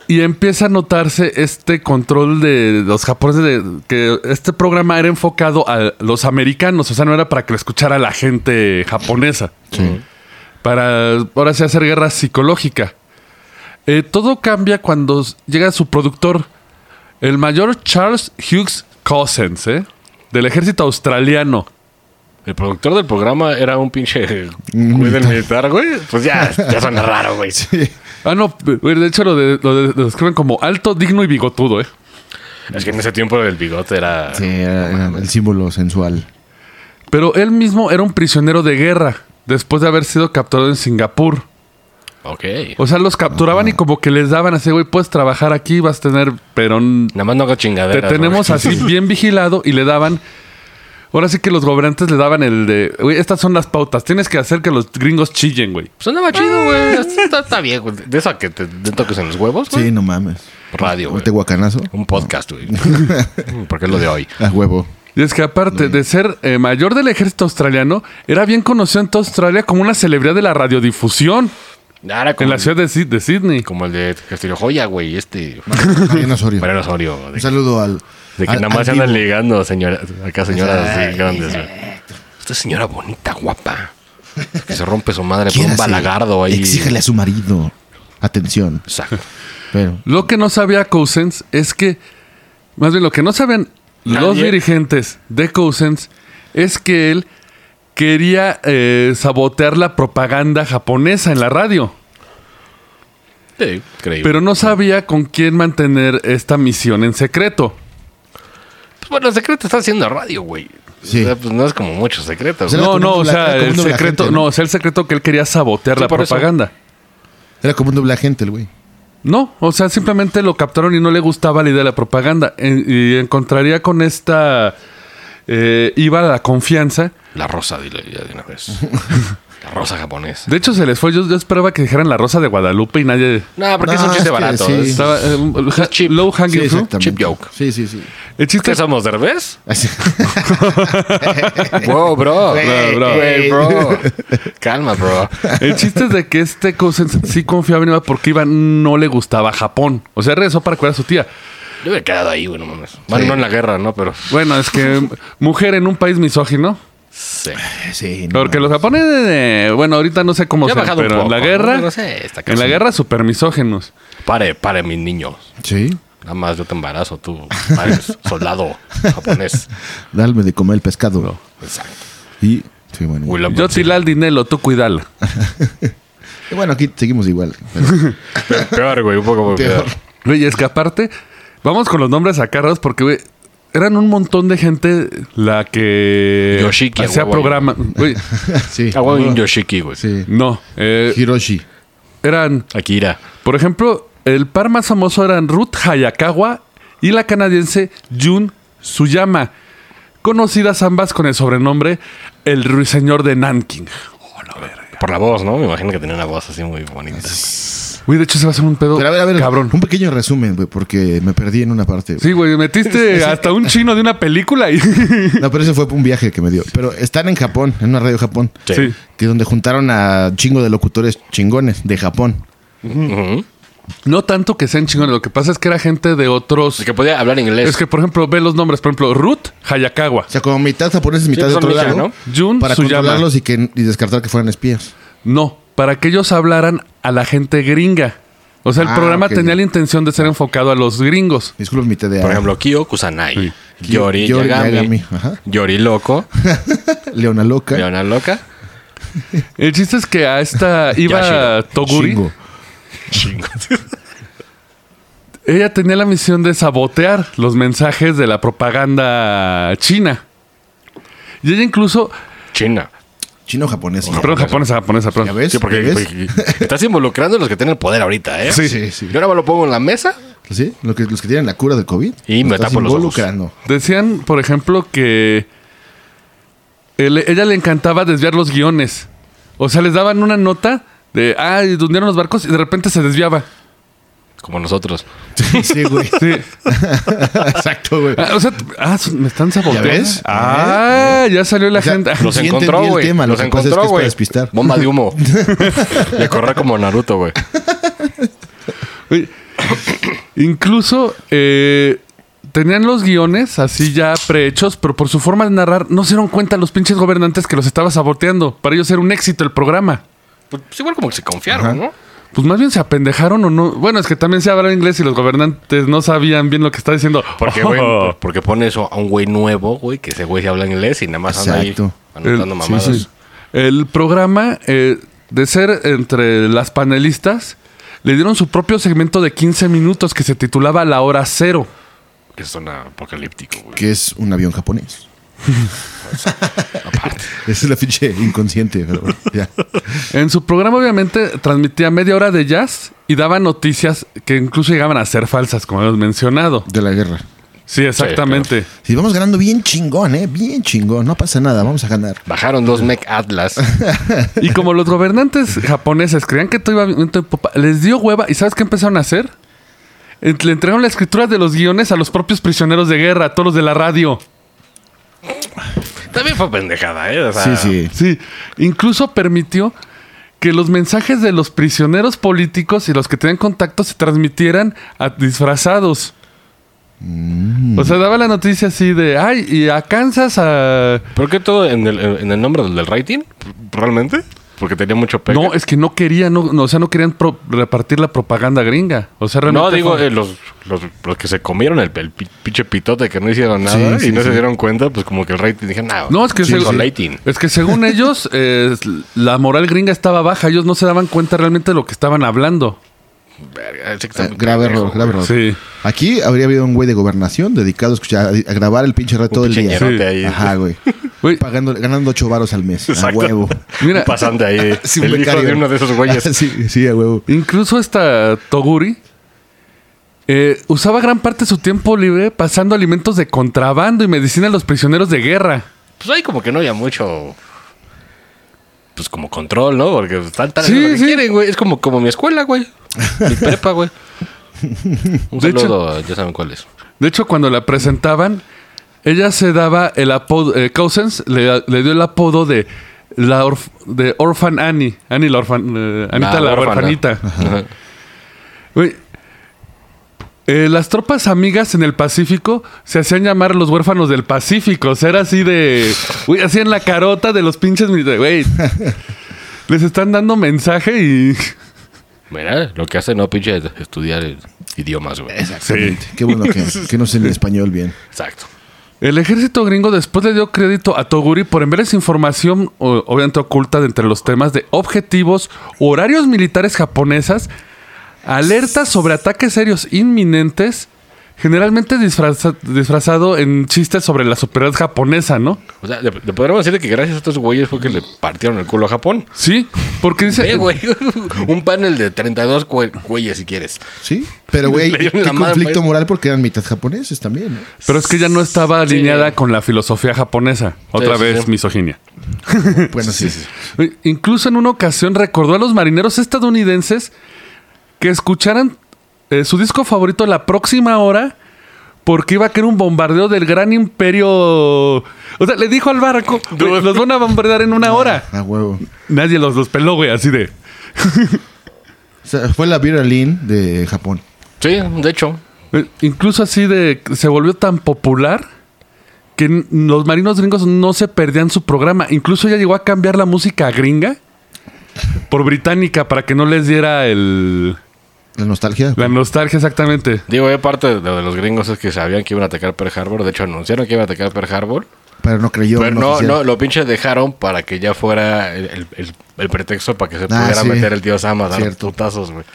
y empieza a notarse este control de los japoneses, de, que este programa era enfocado a los americanos, o sea, no era para que lo escuchara la gente japonesa. Para ahora sí hacer guerra psicológica. Eh, todo cambia cuando llega su productor, el mayor Charles Hughes Cousins, ¿eh? del ejército australiano.
El
*laughs*
productor del programa era un pinche güey del militar, güey. Pues ya, ya suena raro, güey.
Ah, no, güey, de hecho lo, de- lo de- lo describen como alto, digno y bigotudo, ¿eh?
Es que en ese tiempo el bigote era.
Sí, era- era el símbolo sensual.
Pero él mismo era un prisionero de guerra después de haber sido capturado en Singapur.
Ok.
O sea, los capturaban y como que les daban así, güey, puedes trabajar aquí, vas a tener, pero n-
Nada más no hago
te
chingaderas.
tenemos
¿no?
así bien vigilado y le daban... Ahora sí que los gobernantes le daban el de, güey, estas son las pautas, tienes que hacer que los gringos chillen, güey.
Pues andaba chido, güey.
Ah.
Está, está bien, güey. De eso a que te, te toques en los huevos, güey.
Sí, no mames.
Radio,
¿Un
güey.
tehuacanazo?
Un
*laughs*
podcast, güey. Porque es lo de hoy.
A huevo.
Y es que aparte de ser eh, mayor del ejército australiano, era bien conocido en toda Australia como una celebridad de la radiodifusión
Ahora como,
en la ciudad de, Syd- de Sydney.
como el de Castillo Joya, güey. Este.
Ah,
Mariano Osorio.
Mariano Osorio.
Un
De,
saludo al.
de que
al-
nada más se
al
andan
vivo.
ligando, señora. Acá, señoras así grandes, güey. Esta señora bonita, guapa. Que se rompe su madre por un
Quiérase.
balagardo ahí.
Exíjale a su marido. Atención.
Exacto.
Pero.
Lo que no sabía Cousins es que, más bien lo que no sabían los
Nadie.
dirigentes de Cousins es que él quería eh, sabotear la propaganda japonesa en la radio,
Sí, creíble.
pero no sabía con quién mantener esta misión en secreto.
Pues, bueno, el secreto está haciendo radio, güey.
Sí.
O sea, pues no es como mucho secreto.
O sea,
güey.
No,
como
no,
un
o
dobla-
sea,
como un
el
doblagente,
secreto,
¿no?
no, o sea, el secreto que él quería sabotear
Sí,
la
por eso.
propaganda.
Era como un doble agente el güey.
No, o sea, simplemente lo captaron y no le gustaba la idea de la propaganda. En- y encontraría con esta. eh, iba la confianza.
La rosa, dile ya de una
*laughs*
vez. La rosa japonesa.
De hecho, se les fue. Yo, yo esperaba que dijeran la rosa de Guadalupe y nadie.
No, porque es
No,
un chiste
es que
barato.
sí.
es-
Estaba. eh, ha-
cheap.
low hanging fruit.
Chip joke.
Sí, sí, sí.
El chiste
¿Qué
es.
somos,
*laughs*
Derbez?
Así-
Bro, bro.
Bro, bro.
Güey, bro. Calma, bro.
El chiste es de que este Cousins sí confiaba en Iba porque Iba no le gustaba Japón. O sea, regresó para cuidar a su tía.
Yo hubiera quedado ahí, güey, no mames. Bueno, no en la guerra, ¿no? Pero
Bueno, es que
*laughs*
mujer en un país misógino.
sí.
sí, no.
Porque los japoneses, eh, bueno, ahorita no sé cómo
Ya ha
sea,
bajado un
pero en
poco,
la
¿no?
guerra,
No sé, está
en la
creciendo.
guerra super misógenos.
Pare, pare, mis niños.
Sí.
Nada más yo te embarazo, tú. pares, soldado japonés.
Dame de comer el pescado.
Exacto.
Y. Sí, bueno.
Will of
Yo
Godzilla.
tila el dinero, tú cuidala.
Y bueno, aquí seguimos igual. pero-
*laughs* Peor, güey, un poco
Peor.
peor.
Güey, es que aparte, vamos con los nombres acá raros porque, güey, eran un montón de gente la que
Yoshiki,
hacía
huevo,
programa. Güey,
sí.
Ah, güey, un Yoshiki, güey.
Sí.
no, eh,
Hiroshi.
eran,
Akira.
por ejemplo, el par más famoso eran Ruth Hayakawa y la canadiense Jun Suyama, conocidas ambas con el sobrenombre El Ruiseñor de Nanking. Oh,
Por la voz, ¿no? Me imagino que tenía una voz así muy bonita.
Güey, de hecho se va a hacer un pedo
Pero a ver, a ver.
cabrón.
Un pequeño resumen, güey, porque me perdí en una parte. güey.
Sí, güey,
*laughs*
metiste hasta un chino de una película y... *laughs*
No, pero ese fue un viaje que me dio. Pero están en Japón, en una radio Japón.
Sí.
Sí.
Que donde juntaron a chingo de locutores chingones de Japón.
Ujú.
No tanto que sean chingones, lo que pasa es que era gente de otros...
Es que podía hablar inglés.
Es que, por ejemplo, ve los nombres, por ejemplo, Ruth Hayakawa.
O sea, como mitad japoneses, mitad de
pues son
otro
Mija,
lado.
¿no?
Jun
Para
Suyama.
controlarlos y, que, y descartar que fueran espías.
No, para que ellos hablaran a la gente gringa. O sea, el
Ah,
programa
ok.
tenía la intención de ser enfocado a los gringos.
Disculpe mi TDA.
Por ejemplo, Kyo Kusanai. Yori,
Yori
Yagami.
Yagami, ajá.
Yori Loco.
Leona Loca.
Leona Loca.
El chiste es que a
*laughs*
esta iba
Yashiro.
Toguri.
Shingo.
Chingo.
Ella tenía la misión de sabotear los mensajes de la propaganda china. Y ella incluso...
China.
Chino japonés.
Perdón, japonesa, japonesa,
¿Ya
perdón.
ves?
Sí, porque,
¿Ya ves?
porque estás involucrando a los que tienen el poder ahorita, ¿eh?
Sí, sí, sí.
Yo ahora me lo pongo en la mesa.
Pues ¿Sí? Lo que, los que tienen la cura del COVID.
Y me
estás
tapo los ojos.
involucrando.
Decían, por ejemplo, que el- ella le encantaba desviar los guiones. O sea, les daban una nota de, ah, y hundieron los barcos y de repente se desviaba.
Como nosotros. *laughs*
Sí, güey. *laughs*
Sí.
Exacto, güey.
Ah, o sea, t- ah, son- me están saboteando.
¿Ya ves?
Ah, ya salió la
O sea,
gente.
*laughs* Los
Sí
encontró,
entendí el
güey.
tema, lo
Los
que pasa es que
encontró,
es para
güey.
despistar.
Bomba de
*laughs*
humo. Le correr como Naruto, güey.
*laughs* Oye, Incluso eh, tenían los guiones así ya prehechos, pero por su forma de narrar no se dieron cuenta los pinches gobernantes que los estaba saboteando. Para ellos era un éxito el programa.
Pues igual como que se confiaron, ¿no?
Pues más bien se apendejaron o no. Bueno, es que también se habla inglés y los gobernantes no sabían bien lo que está diciendo. *laughs*
Porque, güey, porque pone eso a un güey nuevo, güey, que ese güey se habla inglés y nada más anda ahí
Exacto.
anotando
El-
mamadas.
sí, sí. El programa, eh, de ser entre las panelistas, le dieron su propio segmento de 15 minutos que se titulaba La Hora Cero.
Que suena apocalíptico, güey.
que es un avión japonés. Esa es la pinche inconsciente. pero bueno, ya.
En su programa, obviamente, transmitía media hora de jazz y daba noticias que incluso llegaban a ser falsas, como hemos mencionado.
De la guerra.
Sí, exactamente.
Si vamos ganando bien chingón, ¿eh? Bien chingón. No pasa nada, vamos a ganar.
Bajaron dos Mech
*laughs*
Atlas.
Y como los gobernantes japoneses creían que todo iba viento en popa, les dio hueva. ¿Y sabes qué empezaron a hacer? En- Le entregaron la escritura de los guiones a los propios prisioneros de guerra, a todos los de la radio.
También fue pendejada, ¿eh? O sea,
Sí, sí.
Sí, incluso permitió que los mensajes de los prisioneros políticos y los que tenían contacto se transmitieran a- disfrazados. O sea, daba la noticia así de, ay, y a Kansas a...
¿Por qué todo en el, en el nombre del, del rating? ¿Realmente? Porque tenía mucho pegue.
No, es que no querían, no, no, o sea, no querían pro- repartir la propaganda gringa. O sea, realmente...
No, digo,
fue-
eh, los, los, los que se comieron el, el pi- pinche pitote que no hicieron nada
Sí,
y
sí,
no
sí.
se dieron cuenta, pues como que el rating dijeron, no,
No, es que,
sí,
seg-
el rating.
es que según ellos, eh, la moral gringa estaba baja. Ellos no se daban cuenta realmente de lo que estaban hablando.
Verga, ese que está
Eh,
muy
Grave
pendejo,
error, grave error.
Sí.
Aquí habría habido un güey de gobernación dedicado a, escuchar- a grabar el pinche rato todo el
pinche
día.
ñerote ahí.
Ajá, güey.
Güey,
Pagando, ganando ocho varos al mes.
Exacto.
A huevo.
Mira.
Un pasante
*laughs*
ahí.
Sí, un
el hijo
becario.
de uno de esos güeyes.
*laughs* sí, sí, a huevo.
Incluso esta Toguri eh, usaba gran parte de su tiempo libre pasando alimentos de contrabando y medicina a los prisioneros de guerra.
Pues ahí como que no había mucho. Pues como control, ¿no? Porque están tan
Sí,
lo que
sí.
quieren, güey. Es como, como mi escuela, güey. Mi prepa, güey. Un
De
saludo, a- ya saben cuál es.
De hecho, cuando la presentaban, ella se daba el apodo. eh, Cousins le, le dio el apodo de la orf- de Orphan Annie. Annie la orfan, eh, Anita la,
huérfana.
orfanita.
Ajá.
Güey, eh, las tropas amigas en el Pacífico se hacían llamar los huérfanos del Pacífico. O sea, era así de. Güey, hacían la carota de los pinches. mil- de, Güey. Les están dando mensaje y.
Mira, lo que hace no, pinche, es estudiar eh, idiomas, güey.
Exactamente. Qué bueno que,
*laughs*
que no sé ni español bien.
Exacto.
El ejército gringo después le dio crédito a Toguri por enviar esa información, o- obviamente oculta, de entre los temas de objetivos, horarios militares japonesas, alertas sobre ataques serios inminentes, generalmente disfraza- disfrazado en chistes sobre la superioridad japonesa, ¿no?
O sea, le, le podríamos decir que gracias a estos güeyes fue que le partieron el culo a Japón.
Sí, porque
Ve,
dice,
güey. *laughs* Un panel de 32 cue- güeyes, si quieres.
Sí, pero güey,
Le
qué
dieron la madre,
conflicto
pues.
moral porque eran mitad japoneses también. ¿no?
pero es que ya no estaba alineada con la filosofía japonesa. Otra
sí,
vez *laughs*
sí.
misoginia.
Bueno, sí, sí.
Oye, Incluso en una ocasión recordó a los marineros estadounidenses que escucharan eh, su disco favorito la próxima hora porque iba a caer un bombardeo del gran imperio. O sea, le dijo al barco, "Güey, los van a bombardear en una hora.
A huevo.
*laughs* Nadie los, los peló, güey, así de...
O sea, fue la Vera Lynn de Japón.
Sí, de hecho.
Eh, Incluso así de... Se volvió tan popular que n- los marinos gringos no se perdían su programa. Incluso ella llegó a cambiar la música gringa por británica para que no les diera el...
La nostalgia.
La nostalgia, exactamente.
Digo, eh, parte de, lo de los gringos es que sabían que iban a atacar Pearl Harbor. De hecho, anunciaron que iban a atacar Pearl Harbor.
Pero no creyó.
Pero
en
no,
oficial.
no, lo pinche dejaron para que ya fuera el, el- el- el pretexto para que se
Ah,
pudiera
sí.
meter el tío Sam a dar
Cierto.
putazos, güey.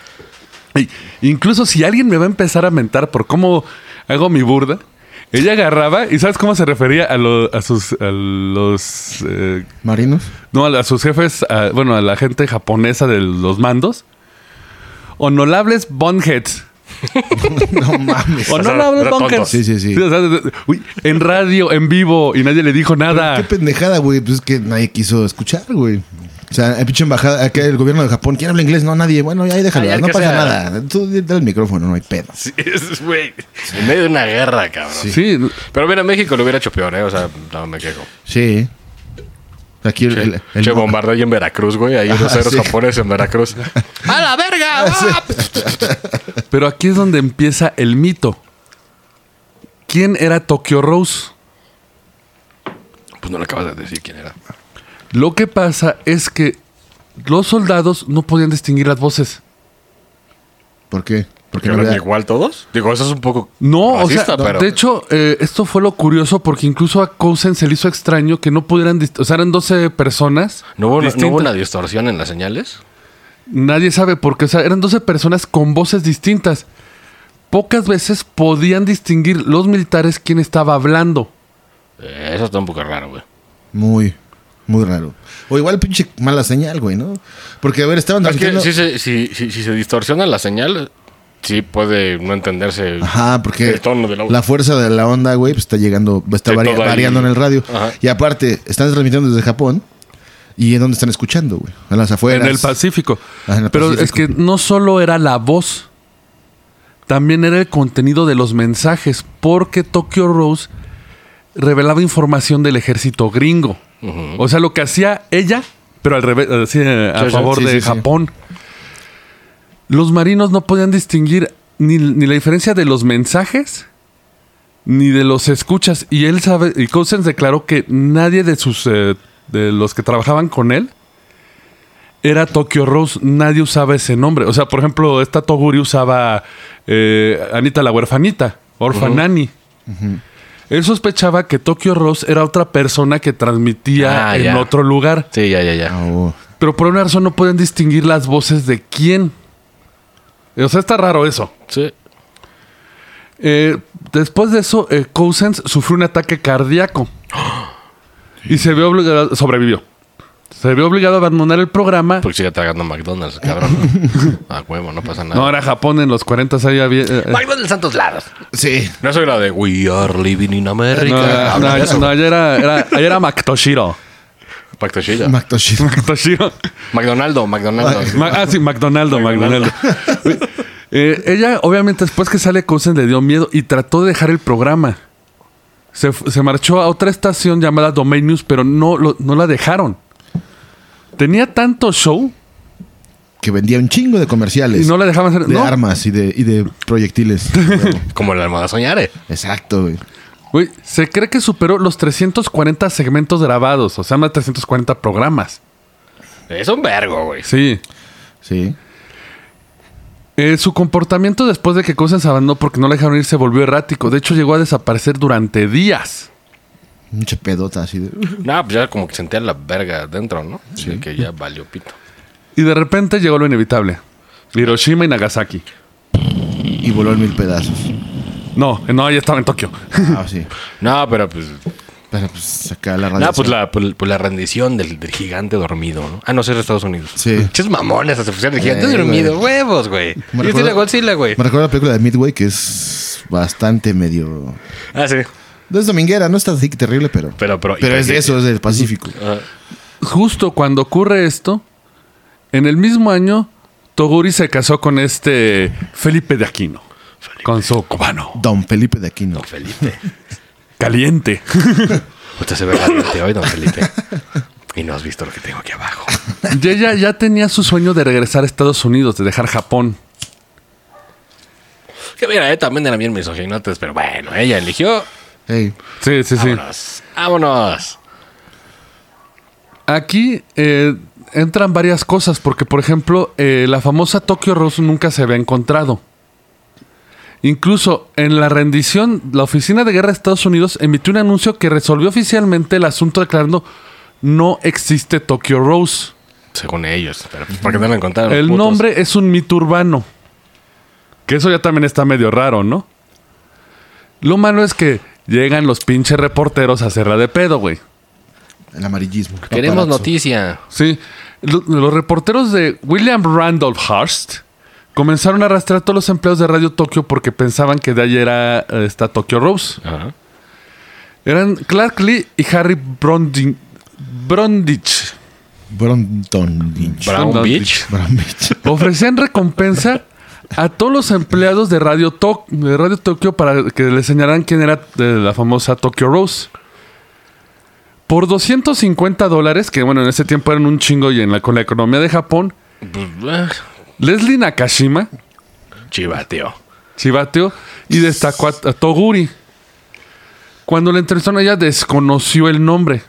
Ey, incluso si alguien me va a empezar a mentar por cómo hago mi burda, ella agarraba y ¿sabes cómo se refería a, lo- a sus a los eh,
*laughs*
Marinos.
no a, a sus jefes, a- bueno, a la gente japonesa de los mandos? Honorables bonheads.
No mames.
O sea,
Honorables
era
bonheads.
tontos.
Sí, sí, sí.
o sea, de- de- uy, en radio, en vivo y nadie le dijo
*laughs* Qué
nada.
pendejada, güey. Pues es que nadie quiso escuchar, güey. O sea, el pinche embajada, acá el gobierno de Japón, ¿quién habla inglés? No, nadie. Bueno, ahí déjalo,
Ay, al
no
que
pasa
sea.
nada. Tú dale el micrófono, no hay pedo.
Sí, es, güey. En medio de una guerra, cabrón.
Sí,
Pero mira, México lo hubiera hecho peor, ¿eh? O sea, no me quejo.
Sí. Aquí el, el- el-
che, bombardeo ahí en Veracruz, güey. Ahí
Ajá,
los ceros
sí.
japoneses en Veracruz.
¡A la verga! ¡Ah!
pero aquí es donde empieza el mito. ¿Quién era Tokyo Rose?
Pues no le acabas de decir quién era.
Lo que pasa es que los soldados no podían distinguir las voces.
¿Por qué? Porque
¿Que
no
hablan
había-
igual todos? Digo, eso es un poco.
No, o
racista,
sea,
pero-
de hecho, eh, esto fue lo curioso porque incluso a Cousin se le hizo extraño que no pudieran, dist- o sea, eran 12 personas.
¿No hubo, una, no hubo
distintas.
una distorsión en las señales?
Nadie sabe porque, o sea, eran 12 personas con voces distintas. Pocas veces podían distinguir los militares quién estaba hablando.
Eh, Eso está un poco raro, güey.
Muy, muy raro. O igual pinche mala señal, güey, ¿no? Porque, a ver, estaban
Es que
transmitiendo-
si se, si, si- si se distorsiona la señal, sí puede no entenderse.
Ajá, porque
El tono del audio.
la fuerza de la onda, güey, pues está llegando, está
Sí,
varia-
todo ahí.
variando en el radio.
Ajá.
Y aparte, están transmitiendo desde Japón. ¿Y en dónde están escuchando, güey? En las afueras.
En el Pacífico.
Ah, en el
Pero es que
Pacífico.
no solo era la voz, también era el contenido de los mensajes, porque Tokyo Rose revelaba información del ejército gringo. O sea, lo que hacía ella, pero al revés, así, eh, a
Sí, sí.
favor
Sí,
de
sí, sí.
Japón. Los marinos no podían distinguir ni, ni la diferencia de los mensajes ni de los escuchas. Y él sabe, y Cousins declaró que nadie de sus eh, de los que trabajaban con él era Tokyo Rose, nadie usaba ese nombre. O sea, por ejemplo, esta Toguri usaba eh, Anita la huerfanita, Orfanani. Él sospechaba que Tokyo Rose era otra persona que transmitía
Ah,
en
ya.
otro lugar.
Sí, ya, ya, ya.
Ah, oh.
Pero por una razón no pueden distinguir las voces de quién. O sea, está raro eso.
Sí.
Eh, después de eso, eh, Cousins sufrió un ataque
*gasps*
cardíaco. Y se vio obligado, sobrevivió. Se vio obligado a abandonar el programa.
Porque sigue tragando McDonald's, cabrón. A huevo, no pasa nada.
No, era Japón en los 40 ahí había... eh, eh,
McDonald's Santos Lados.
Sí.
No soy la de We Are Living in
no,
America.
no,
No,
no, ya- no, ya era, era, ya era *laughs* Mactoshiro.
*laughs* Mactoshiro.
Mactoshiro.
McDonaldo, McDonaldo.
Ma- ah, sí, McDonaldo, McDonaldo. Eh, ella, obviamente, después que sale Cousins le dio miedo y trató de dejar el programa. Se, fu- se marchó a otra estación llamada Domain News, pero no, lo- no la dejaron. Tenía tanto show
Que vendía un chingo de comerciales.
y no la dejaban hacer.
de
No,
armas y de, y de
*laughs*
proyectiles. Güey.
Como la almohada soñare.
Exacto, güey.
güey, se cree que superó los 340 segmentos grabados, o sea, más de 340 programas.
Es un vergo, güey.
Sí.
Sí.
Eh, su comportamiento después de que Cousins abandonó porque no la dejaron ir se volvió errático. De hecho, llegó a desaparecer durante días.
Mucha pedota así de.
No, pues ya como que sentía la verga dentro, ¿no? Sí. Que ya valió pito.
Y de repente llegó lo inevitable. Hiroshima y Nagasaki.
Y voló en mil pedazos.
No, no, ya estaba en Tokio. *laughs*
Ah, sí.
No, pero pues.
Pero pues acá la radio.
No, pues la, pues, pues la rendición del, del gigante dormido, ¿no? Ah, no, ser de Estados Unidos.
Sí.
Chis mamones, se pusieron el gigante
Eh,
dormido. Huevos, güey. este
Me
Yo estoy la
recuerdo-
Godzilla, güey.
Me recuerda la película de Midway que es bastante medio.
Ah, sí.
No es dominguera, no está así que terrible, pero.
Pero, pero.
Pero es de eso, es del Pacífico.
Ah,
Justo cuando ocurre esto, en el mismo año, Toguri se casó con este Felipe de Aquino. Con su cubano.
Don Felipe de Aquino.
Felipe.
Caliente.
Usted se ve caliente hoy, don Felipe. Y no has visto lo que tengo aquí abajo.
y ella ya tenía su sueño de regresar a Estados Unidos, de dejar Japón.
Que mira, eh, también eran bien misoginotes, pero bueno, ella eligió.
Ey.
Sí, sí, sí.
Vámonos. Vámonos.
Aquí eh, entran varias cosas, porque por ejemplo, eh, la famosa Tokyo Rose nunca se había encontrado. Incluso en la rendición, la Oficina de Guerra de Estados Unidos emitió un anuncio que resolvió oficialmente el asunto declarando no existe Tokyo Rose.
Según ellos. Pero pues, ¿por qué no lo encontraron?
El
putos?
nombre es un mito urbano. Que eso ya también está medio raro, ¿no? Lo malo es que llegan los pinches reporteros a hacerla de pedo, güey.
El amarillismo.
Queremos
Paparazzo.
noticia.
Sí. Lo- los reporteros de William Randolph Hearst comenzaron a rastrear a todos los empleados de Radio Tokio porque pensaban que de ahí era eh, esta Tokyo Rose.
Ajá.
Eran Clark Lee y Harry Brondin- Brondich.
*laughs* Bronton Lynch.
Brown
Brown
Beach.
Brown Beach.
Ofrecían recompensa a todos los empleados de Radio, Tok- de Radio Tokio para que les señalaran quién era eh, la famosa Tokyo Rose. Por 250 dólares, que bueno, en ese tiempo eran un chingo y en la, con la economía de Japón,
ah,
Leslie Nakashima
Chiva, tío.
chivateó y destacó a, a Toguri. Cuando la entrevistaron, ella desconoció el nombre.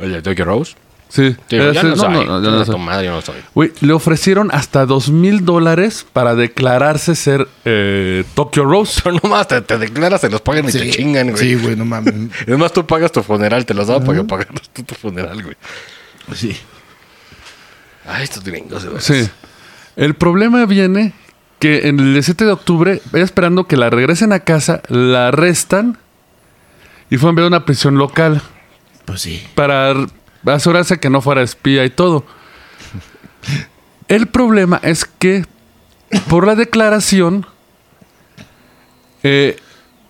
Oye, Tokyo Rose.
Sí,
Tío,
Ella
ya
se-
no,
no,
soy.
no, no, ya no
Chinga
soy.
tu madre, yo no soy.
Güey, le ofrecieron hasta dos mil dólares para declararse ser eh, Tokyo Rose.
Pero nomás te, te declaras, te los pagan y te chingan, güey.
Sí, güey, no mames.
Además, *laughs* tú pagas tu funeral, te los daba para que pagaras tú tu funeral, güey.
Sí.
Ay, estos gringos. de veras.
Sí. Pues, El problema viene que en el 17 de octubre, ella esperando que la regresen a casa, la arrestan y fue enviada a una prisión local
Pues sí.
para asegurarse que no fuera espía y todo. El problema es que por la declaración eh,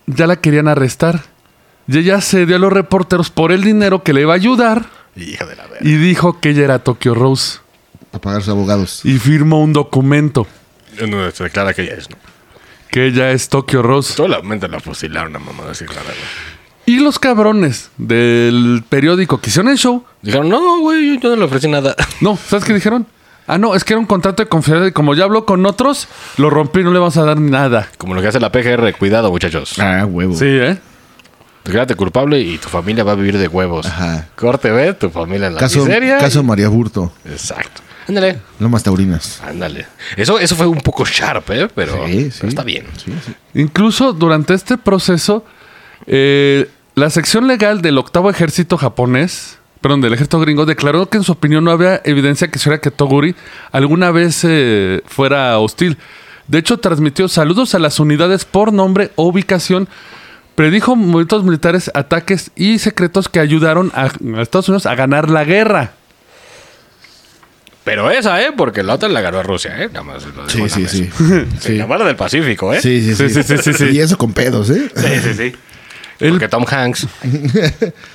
ya la querían arrestar. Y ella cedió a los reporteros por el dinero que le iba a ayudar
Hija de la verga.
y dijo que ella era Tokyo Rose.
Para pagar sus abogados.
Y firmó un documento
En donde se declara que ella es, ¿no?
que ella es Tokyo Rose.
Solamente la fusilaron a mamá así, claro. ¿no?
Y los cabrones del periódico que hicieron el show,
Dijeron, no, güey, yo no le ofrecí nada. *laughs*
no, ¿sabes qué dijeron? Ah, no, es que era un contrato de confianza y como ya habló con otros, lo rompí y no le vamos a dar nada.
Como lo que hace la PGR, cuidado, muchachos.
Ah, huevo.
Sí, ¿eh?
Declárate Pues culpable y tu familia va a vivir de huevos.
Ajá.
Corte, ve, tu familia en la
Caso,
miseria.
caso María Burto.
Exacto. Ándale.
Lomas Taurinas.
Ándale. Eso, eso fue un poco sharp, ¿eh? Pero, pero está bien.
Sí, sí.
Incluso durante este proceso, eh, la sección legal del octavo ejército japonés, perdón, del ejército gringo, declaró que en su opinión no había evidencia que hiciera que Toguri alguna vez eh, fuera hostil. De hecho, transmitió saludos a las unidades por nombre o ubicación, predijo movimientos militares, ataques y secretos que ayudaron a, a Estados Unidos a ganar la guerra.
Pero esa, ¿eh? Porque la otra la ganó a Rusia, ¿eh? Nada más. lo dejo
Sí,
una
sí,
vez. *laughs*
sí.
En La barra del Pacífico, ¿eh?
Sí, sí, sí.
Sí, sí, sí, sí, sí.
Y eso con pedos, ¿eh?
sí, sí. sí.
El-
Porque Tom Hanks.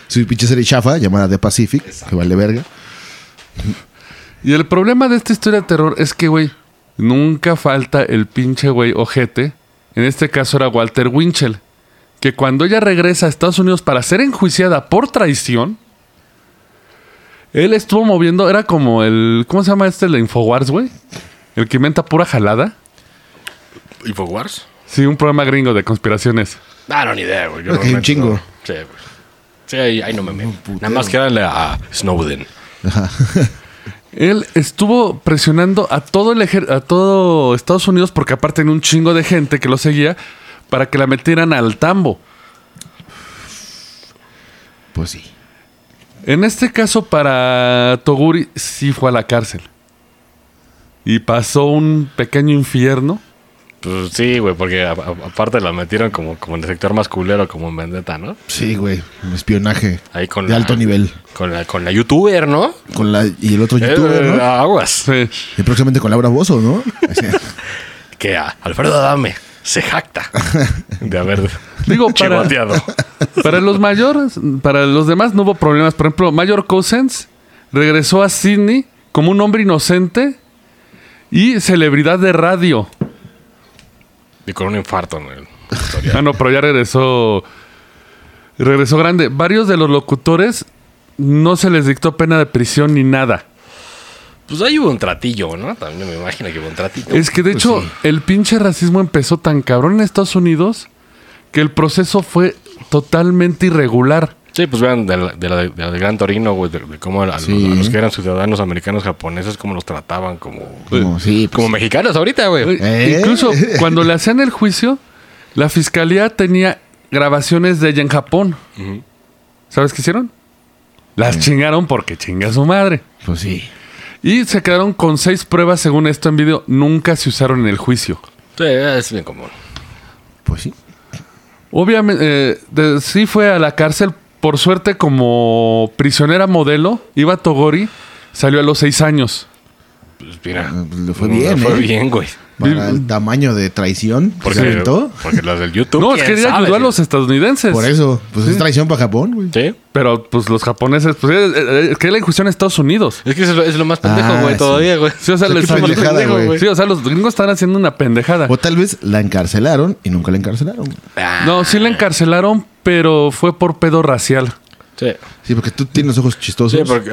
Su pinche serie chafa llamada The Pacific, que vale verga.
Y el problema de esta historia de terror es que, güey, nunca falta el pinche güey ojete. En este caso era Walter Winchell. Que cuando ella regresa a Estados Unidos para ser enjuiciada por traición, él estuvo moviendo, era como el. ¿Cómo se llama este? El de Infowars, güey. El que inventa pura jalada.
¿Y Wars?
Sí, un programa gringo de conspiraciones.
Ah, no, ni idea, güey. Yo
Ok, un
realmente
chingo.
no. Sí, güey. Sí, ahí, ahí no me meto. Nada más quédale a Snowden.
Él estuvo presionando a todo el ejer- a todo Estados Unidos, porque aparte en un chingo de gente que lo seguía, para que la metieran al tambo.
Pues sí.
En este caso, para Toguri, sí fue a la cárcel. Y pasó un pequeño infierno.
Pues sí, güey, porque a- a- aparte la metieron como, como en el sector más culero, como en Vendetta, ¿no?
Sí, güey. Un Espionaje.
Ahí con
de
la-
alto nivel.
Con la, con la youtuber, ¿no?
Con la, y el otro youtuber,
Eh,
¿no?
Aguas.
Sí.
Y próximamente con Laura
*laughs*
Bozo, ¿no? Así,
Que a Alfredo Adame se jacta de haber
Digo, para-
chivateado.
Para los mayores, para los demás no hubo problemas. Por ejemplo, Mayor Cousins regresó a Sydney como un hombre inocente y celebridad de radio.
Y con un infarto, ¿no?
Ah, no, pero ya regresó. Regresó grande. Varios de los locutores no se les dictó pena de prisión ni nada.
Pues ahí hubo un tratillo, ¿no? También me imagino que hubo un tratillo. Pues
Es que de hecho el pinche racismo empezó tan cabrón en Estados Unidos que el proceso fue totalmente irregular.
Sí, pues vean, de la, de la- de la del Gran Torino, güey, de, de cómo a, a
Sí.
los, a los que eran ciudadanos americanos japoneses, cómo los trataban como,
como, sí,
Pues,
pues,
como mexicanos ahorita, güey.
¿Eh?
Incluso cuando le hacían el juicio, la fiscalía tenía grabaciones de ella en Japón. ¿Sabes qué hicieron? Las chingaron porque chinga su madre.
Pues sí.
Y se quedaron con seis pruebas según esto en video. Nunca se usaron en el juicio.
Sí, es bien común.
Pues sí.
Obviamente, eh, de- sí fue a la cárcel. Por suerte, como prisionera modelo, Iba Togori salió a los seis años.
Pues mira.
Ah, pues le fue
no,
bien,
le fue
¿eh?
bien, güey.
Para el tamaño de traición que se
Porque,
aventó.
porque los del YouTube.
No, es que
¿quién
ella
sabe?
ayudó a los estadounidenses.
Por eso. Pues es traición para Japón, güey.
Sí.
Pero pues los japoneses, pues eh, eh, es que la injusticia en Estados Unidos.
Es que eso es lo, es lo más pendejo,
Ah,
güey,
sí.
todavía, güey.
Sí, o sea,
Qué
les-
pendejada,
pendejo,
güey.
güey. Sí, o sea, los gringos están haciendo una pendejada.
O tal vez la encarcelaron y nunca la encarcelaron. güey.
No, sí la encarcelaron, pero fue por pedo racial.
Sí.
Sí, porque tú tienes los ojos chistosos.
Sí, porque.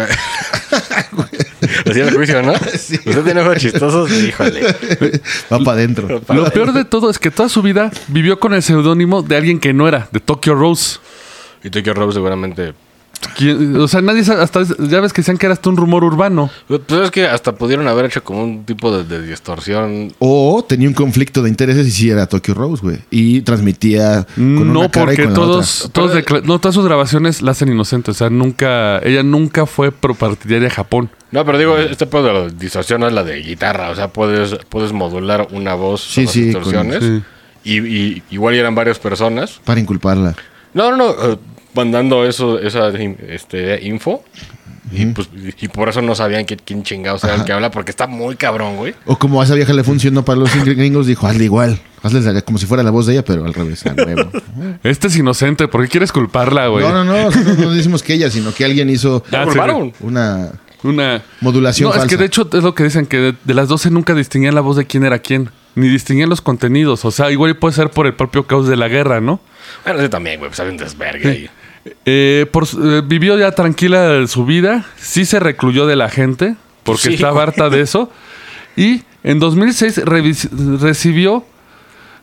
*laughs*
Así era el juicio, ¿no? Pues este Usted tiene ojos chistosos,
*laughs*
híjole.
Va para adentro.
Lo peor de todo es que toda su vida vivió con el seudónimo de alguien que no era, de Tokyo Rose.
Y Tokyo Rob seguramente
¿Quién- O sea, nadie sabe, hasta ya ves que decían que era hasta un rumor urbano.
Pues es que hasta pudieron haber hecho como un tipo de, de distorsión.
O tenía un conflicto de intereses y sí era Tokyo Rose, güey. Y transmitía con una
No,
cara y
porque
con la
todos,
otra.
todos decla- no, todas sus grabaciones la hacen inocente. O sea, nunca, ella nunca fue propartidaria de Japón.
No, pero digo, este pedo de la distorsión no es la de guitarra. O sea, puedes, puedes modular una voz con
Sí,
las
sí, con-
distorsiones.
sí.
Y, y igual eran varias personas.
Para inculparla.
No, no, no. eh, mandando eso, esa in- este, info. Y, pues, y por eso no sabían quién, quién chingados era el que habla, porque está muy cabrón, güey.
O como a esa vieja le funcionó para los gringos, dijo, hazle igual. Hazle la- como si fuera la voz de ella, pero al revés, a
*laughs*
huevo.
Este es inocente, ¿por qué quieres culparla, güey?
No, no, no, o sea, no, no decimos que ella, sino que alguien hizo
Ah, sí,
Formaron.
una...
Una
Modulación
No, es que
falsa.
de hecho es lo que dicen, que de, de las 12 nunca distinguían la voz de quién era quién. Ni distinguían los contenidos. O sea, igual y puede ser por el propio caos de la guerra, ¿no?
Bueno, ese también, güey, pues había un desvergue ahí.
Eh, por su- eh, vivió ya tranquila su vida, sí se recluyó de la gente, porque
Sí,
estaba
güey.
harta de eso, y en 2006 revis- recibió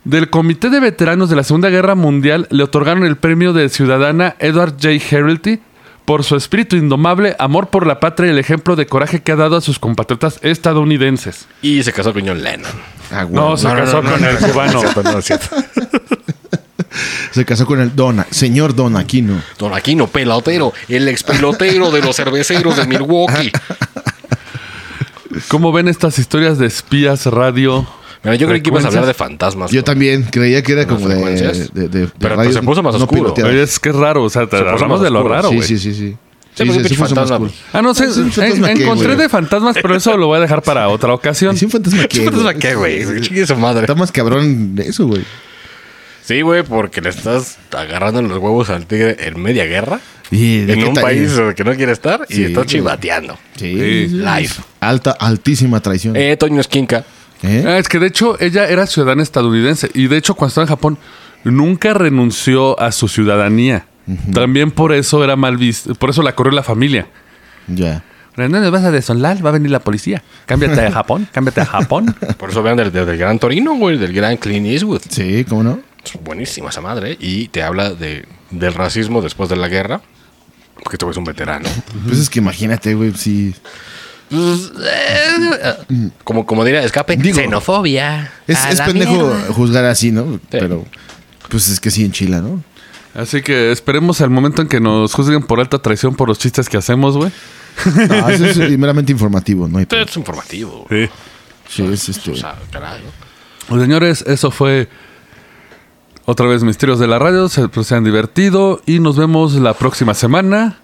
del Comité de Veteranos de la Segunda Guerra Mundial, le otorgaron el premio de ciudadana Edward J. Herelty por su espíritu indomable, amor por la patria y el ejemplo de coraje que ha dado a sus compatriotas estadounidenses.
Y se casó con John Lennon.
Ah, huevo.
No, se casó con el cubano.
Se casó con el Dona, señor Don Aquino.
Don Aquino, pelotero, el expelotero de los cerveceros de Milwaukee.
¿Cómo ven estas historias de espías, radio?
Mira, yo creí que ibas a hablar de
frecuencias?
fantasmas.
Yo
güey. *laughs*
también creía que era como de,
frecuencias.
de- de- de
Pero, pues, se puso más oscuro.
piloteadas.
Oye, Es que es raro, o sea, te
Se puso
hablamos
más
de lo
oscuro.
raro,
sí,
güey.
sí, sí, sí.
Sí, pues, un pinche
puso más
fantasma.
cool.
Ah, no sé.
Es un
en-
fantasma que,
encontré
güey.
de fantasmas, pero eso lo voy a dejar para otra ocasión.
Es un fantasma que,
Pues,
güey.
¿a *laughs* ¿Qué, güey? Chingue su madre.
Está más cabrón de eso, güey.
Sí, güey, porque le estás agarrando los huevos al tigre en media guerra.
Y de
en
qué
un
tal-
país que no quiere estar y
Sí,
estás
güey.
chivateando.
Sí.
Sí.
Live.
Alta, altísima traición.
Eh, Toño Esquinca.
¿Eh?
Ah, es que de hecho ella era ciudadana estadounidense y de hecho cuando estaba en Japón nunca renunció a su ciudadanía. También por eso era mal vista, por eso la corrió la familia.
Ya.
No le vas a desolar, va a venir la policía. Cámbiate a Japón, cámbiate a Japón.
Por eso vean del, del- del Gran Torino, güey, del Gran Clint Eastwood.
Sí, ¿cómo no?
Es Buenísima esa madre. ¿eh? Y te habla de, del racismo después de la guerra. Porque tú eres un veterano.
Pues es que imagínate, güey, si...
Pues, eh, como, como diría Escape,
Digo,
xenofobia.
Es,
A
es
la
pendejo
mierda.
juzgar así, ¿no? Pero pues es que sí en Chile, ¿no?
*laughs* Así que esperemos al momento en que nos juzguen por alta traición por los chistes que hacemos, güey.
No, eso es eh, meramente informativo, ¿no? hay pedo.
Es informativo. güey.
Sí.
Sí, es este...
O sea, caray. ¿no?
Pues, señores, eso fue otra vez Misterios de la Radio. Se, pues, se han divertido y nos vemos la próxima semana.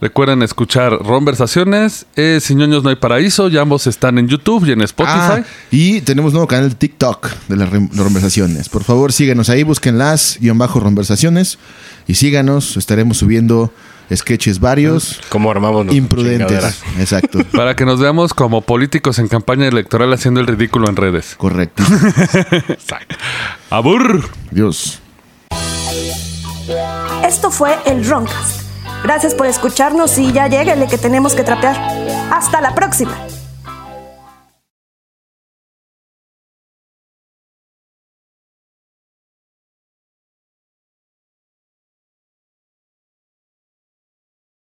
Recuerden escuchar Conversaciones. Eh, Sin ñoños no hay paraíso. Ya ambos están en YouTube y en Spotify.
Ah, y tenemos nuevo canal de TikTok de las rem- conversaciones. Por favor, síganos ahí, busquen las guión bajo conversaciones y síganos. Estaremos subiendo sketches varios,
¿Cómo armamos nuestra chingadera?
imprudentes. Exacto.
Para que nos veamos como políticos en campaña electoral haciendo el ridículo en redes.
Correcto.
¡Abur!
Dios.
Esto fue el Roncast. Gracias por escucharnos y ya lléguenle que tenemos que trapear. ¡Hasta la próxima!